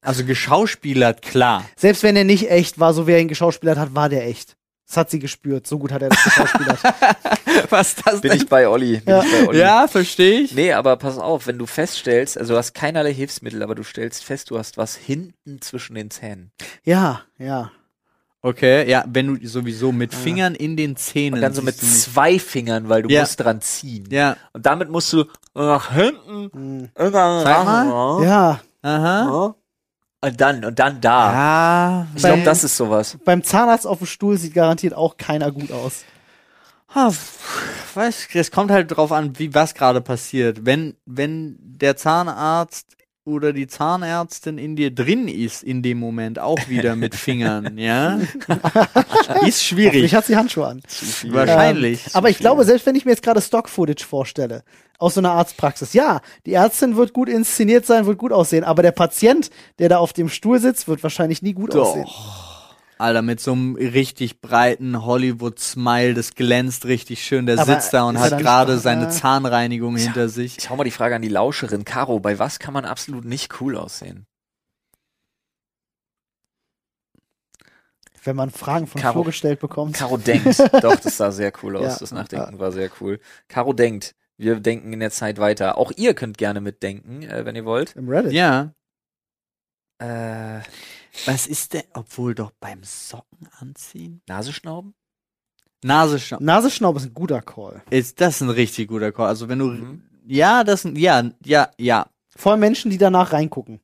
S2: Also geschauspielert, klar.
S1: Selbst wenn er nicht echt war, so wie er ihn geschauspielert hat, war der echt. Das hat sie gespürt. So gut hat er das geschauspielert.
S2: Was das
S3: Bin
S2: denn?
S3: ich bei Olli. Bin
S1: Ja.
S3: ich bei Olli.
S2: Ja, verstehe ich.
S3: Nee, aber pass auf, wenn du feststellst, also du hast keinerlei Hilfsmittel, aber du stellst fest, du hast was hinten zwischen den Zähnen.
S1: ja, ja.
S2: Okay, ja, wenn du sowieso mit Fingern in den Zähnen.
S3: Und dann so mit
S2: siehst du nicht.
S3: zwei Fingern, weil du
S2: Ja.
S3: musst dran ziehen.
S2: Ja,
S3: Und damit musst du nach hinten,
S1: Hm.
S3: irgendwann
S2: Zeig Oh.
S3: nach-
S1: Ja,
S2: aha. Ah,
S3: Und dann, und dann da.
S2: Ja,
S3: Ah. Ich glaube, das ist sowas.
S1: beim Zahnarzt auf dem Stuhl sieht garantiert auch keiner gut aus.
S2: Ah, pff, weiß, es kommt halt drauf an, wie was gerade passiert. Wenn, wenn der Zahnarzt oder die Zahnärztin in dir drin ist, in dem Moment auch wieder mit Fingern, ja, ist
S1: Ich
S2: schwierig.
S1: hat sie Handschuhe an.
S2: Wahrscheinlich.
S1: Ähm, aber ich glaube, selbst wenn ich mir jetzt gerade Stock-Footage vorstelle, aus so einer Arztpraxis, ja, die Ärztin wird gut inszeniert sein, wird gut aussehen, aber der Patient, der da auf dem Stuhl sitzt, wird wahrscheinlich nie gut aussehen.
S2: Doch. Alter, mit so einem richtig breiten Hollywood-Smile, das glänzt richtig schön. Der
S1: Aber
S2: sitzt da und
S1: ist er
S2: hat
S1: dann-
S2: gerade seine
S1: Ah.
S2: Zahnreinigung hinter sich.
S3: Ich hau mal die Frage an die Lauscherin. Caro, bei was kann man absolut nicht cool aussehen?
S1: Wenn man Fragen von
S3: Caro.
S1: Flo gestellt bekommt.
S3: Caro denkt. Doch, das sah sehr cool aus.
S1: Ja.
S3: Das Nachdenken war sehr cool. Caro denkt. Wir denken in der Zeit weiter. Auch ihr könnt gerne mitdenken, äh, wenn ihr wollt.
S1: Im Reddit.
S2: Ja.
S3: Äh,
S2: Was ist denn, obwohl doch beim Socken anziehen?
S3: Nasenschnauben?
S2: Nase schna-
S1: Nasenschnaub ist ein guter Call.
S2: Ist das ein richtig guter Call? Also wenn du
S3: Mhm.
S2: ja, das ein, ja, ja, ja.
S1: Vor allem Menschen, die danach reingucken.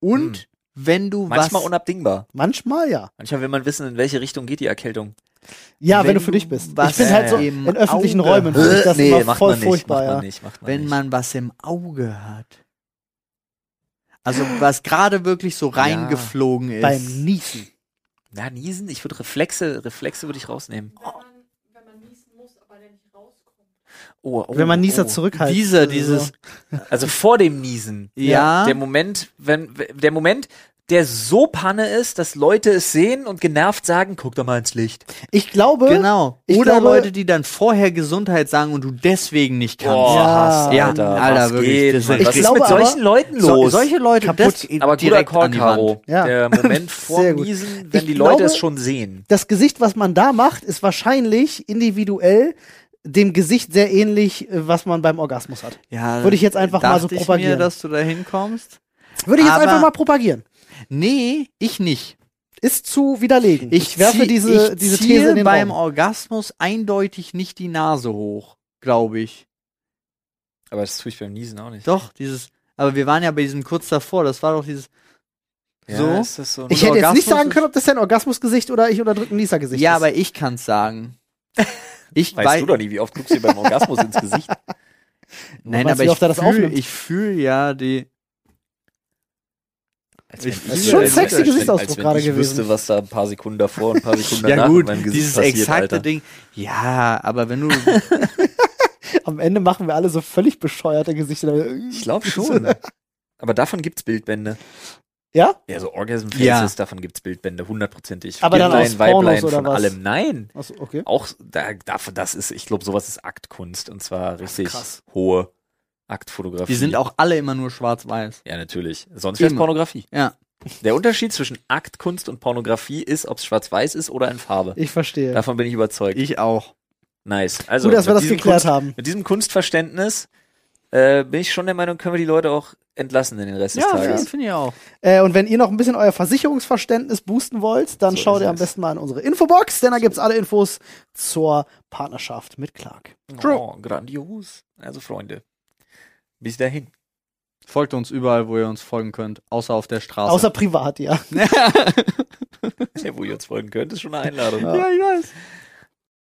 S2: Und wenn du
S3: Mhm. Manchmal
S2: was
S3: unabdingbar.
S1: Manchmal ja.
S3: Manchmal will man wissen, in welche Richtung geht die Erkältung.
S1: Ja, wenn,
S2: Wenn
S1: du für
S2: du
S1: dich bist.
S2: was
S1: Ich finde halt so
S2: im
S1: in öffentlichen
S2: Auge-
S1: Räumen finde ich das
S3: nee,
S1: immer
S3: macht
S1: voll
S3: man nicht,
S1: furchtbar.
S3: macht man
S1: Ja.
S3: nicht, macht man
S2: wenn
S3: nicht.
S2: man was im Auge hat. Also was gerade wirklich so reingeflogen
S1: Beim
S2: ist.
S1: Niesen.
S3: Na, niesen, ich würde Reflexe, Reflexe würde ich rausnehmen. Oh, oh,
S1: Wenn man Nieser
S3: oh.
S1: zurückhalten.
S2: Dieser, dieses,
S3: Also vor dem Niesen.
S2: ja,
S3: Der Moment, wenn der Moment, der so Panne ist, dass Leute es sehen und genervt sagen, guck doch mal ins Licht.
S1: Ich glaube,
S2: genau.
S1: Ich
S2: Oder
S1: glaube-
S2: Leute, die dann vorher Gesundheit sagen und du deswegen nicht kannst.
S1: Boah,
S3: Hass,
S2: Ja, Alter,
S3: was
S2: wirklich,
S3: geht,
S2: das ist
S3: Mann? was
S1: richtig-
S3: ist
S1: Ich
S3: mit
S1: glaube
S3: solchen Leuten
S2: So-
S3: los?
S2: solche Leute
S1: Kaputt.
S2: das
S3: aber guter
S2: direkt
S3: Call,
S2: an die Wand.
S3: Caro.
S1: Ja.
S3: Der Moment vor
S1: Sehr gut.
S3: Niesen, wenn
S1: Ich
S3: die Leute
S1: glaube-
S3: es schon sehen.
S1: das Gesicht, was man da macht, ist wahrscheinlich individuell dem Gesicht sehr ähnlich, äh, was man beim Orgasmus hat.
S2: Ja,
S1: Würde ich jetzt einfach mal so
S2: dachte Ich mir,
S1: propagieren.
S2: dass du da hinkommst?
S1: Würde ich jetzt
S2: Aber-
S1: einfach mal propagieren.
S2: Nee, ich nicht.
S1: Ist zu widerlegen. Ich, werfe
S2: zieh-
S1: diese,
S2: ich
S1: diese
S2: ziehe
S1: These in den
S2: beim
S1: Raum.
S2: Orgasmus eindeutig nicht die Nase hoch, glaube ich.
S3: Aber das tue ich beim Niesen auch nicht.
S2: Doch, dieses, aber wir waren ja bei diesem kurz davor, das war doch dieses,
S3: Ja,
S2: so.
S3: Ist das so ein
S1: Ich hätte jetzt
S2: Orgasmus
S1: nicht sagen
S2: ist-
S1: können, ob das dein Orgasmusgesicht oder ich unterdrücken Niesergesicht
S2: ja,
S1: ist.
S2: aber ich kann's sagen. Ich
S3: weißt
S2: weiß,
S3: du doch nie, wie oft guckst du dir beim Orgasmus ins Gesicht?
S2: nein,
S1: weißt,
S2: aber
S1: wie
S2: ich
S1: oft er das
S2: fühle,
S1: aufnimmt?
S2: ich fühle ja die,
S3: Als wenn
S2: Das
S3: ich-
S2: ist schon
S3: als
S1: sexy
S3: wenn- als wenn-
S1: Gesichtsausdruck
S3: als wenn
S1: gerade
S3: ich
S1: gewesen.
S3: wüsste, was da ein paar Sekunden davor und ein paar Sekunden danach
S2: ja
S3: in
S2: gut,
S3: meinem Gesicht
S2: dieses
S3: passiert,
S2: exakte
S3: Alter.
S2: Ding. Ja, aber wenn du,
S1: Am Ende machen wir alle so völlig bescheuerte Gesichter. Äh,
S3: Ich glaube
S2: ne?
S3: schon. Aber davon gibt's Bildbände.
S1: Ja?
S3: Ja, so Orgasm Faces,
S2: Ja.
S3: davon gibt's Bildbände, hundertprozentig.
S1: Aber dann
S3: Männlein,
S1: aus Pornos
S3: Weiblein,
S1: oder
S3: von
S1: was?
S3: allem. Nein.
S1: Achso, okay.
S3: Auch da, dafür, das ist, ich glaube, sowas ist Aktkunst und zwar richtig
S1: krass.
S3: hohe Aktfotografie.
S2: die sind auch alle immer nur schwarz-weiß.
S3: Ja, natürlich. Sonst wäre
S2: Eben.
S3: Pornografie.
S2: Ja,
S3: Der Unterschied zwischen Aktkunst und Pornografie ist, ob es schwarz-weiß ist oder in Farbe.
S1: Ich verstehe.
S3: Davon bin ich überzeugt.
S2: ich auch.
S3: Nice. Also,
S1: Gut, dass wir
S3: mit
S1: das
S3: diesem
S1: geklärt
S3: Kunst,
S1: haben.
S3: Mit diesem Kunstverständnis äh, bin ich schon der Meinung, können wir die Leute auch entlassen in den Rest des
S2: finde
S3: Tages.
S2: find ich auch.
S1: Äh, und wenn ihr noch ein bisschen euer Versicherungsverständnis boosten wollt, dann
S3: So
S1: schaut
S3: ist
S1: ihr am
S3: es.
S1: besten mal in unsere Infobox, denn da gibt's alle Infos zur Partnerschaft mit Clark.
S3: Oh, grandios. Also Freunde, bis dahin.
S2: Folgt uns überall, wo ihr uns folgen könnt, außer auf der Straße.
S1: Außer privat, ja.
S3: Ja, wo ihr uns folgen könnt, ist schon eine Einladung.
S1: Ja,
S2: ich weiß.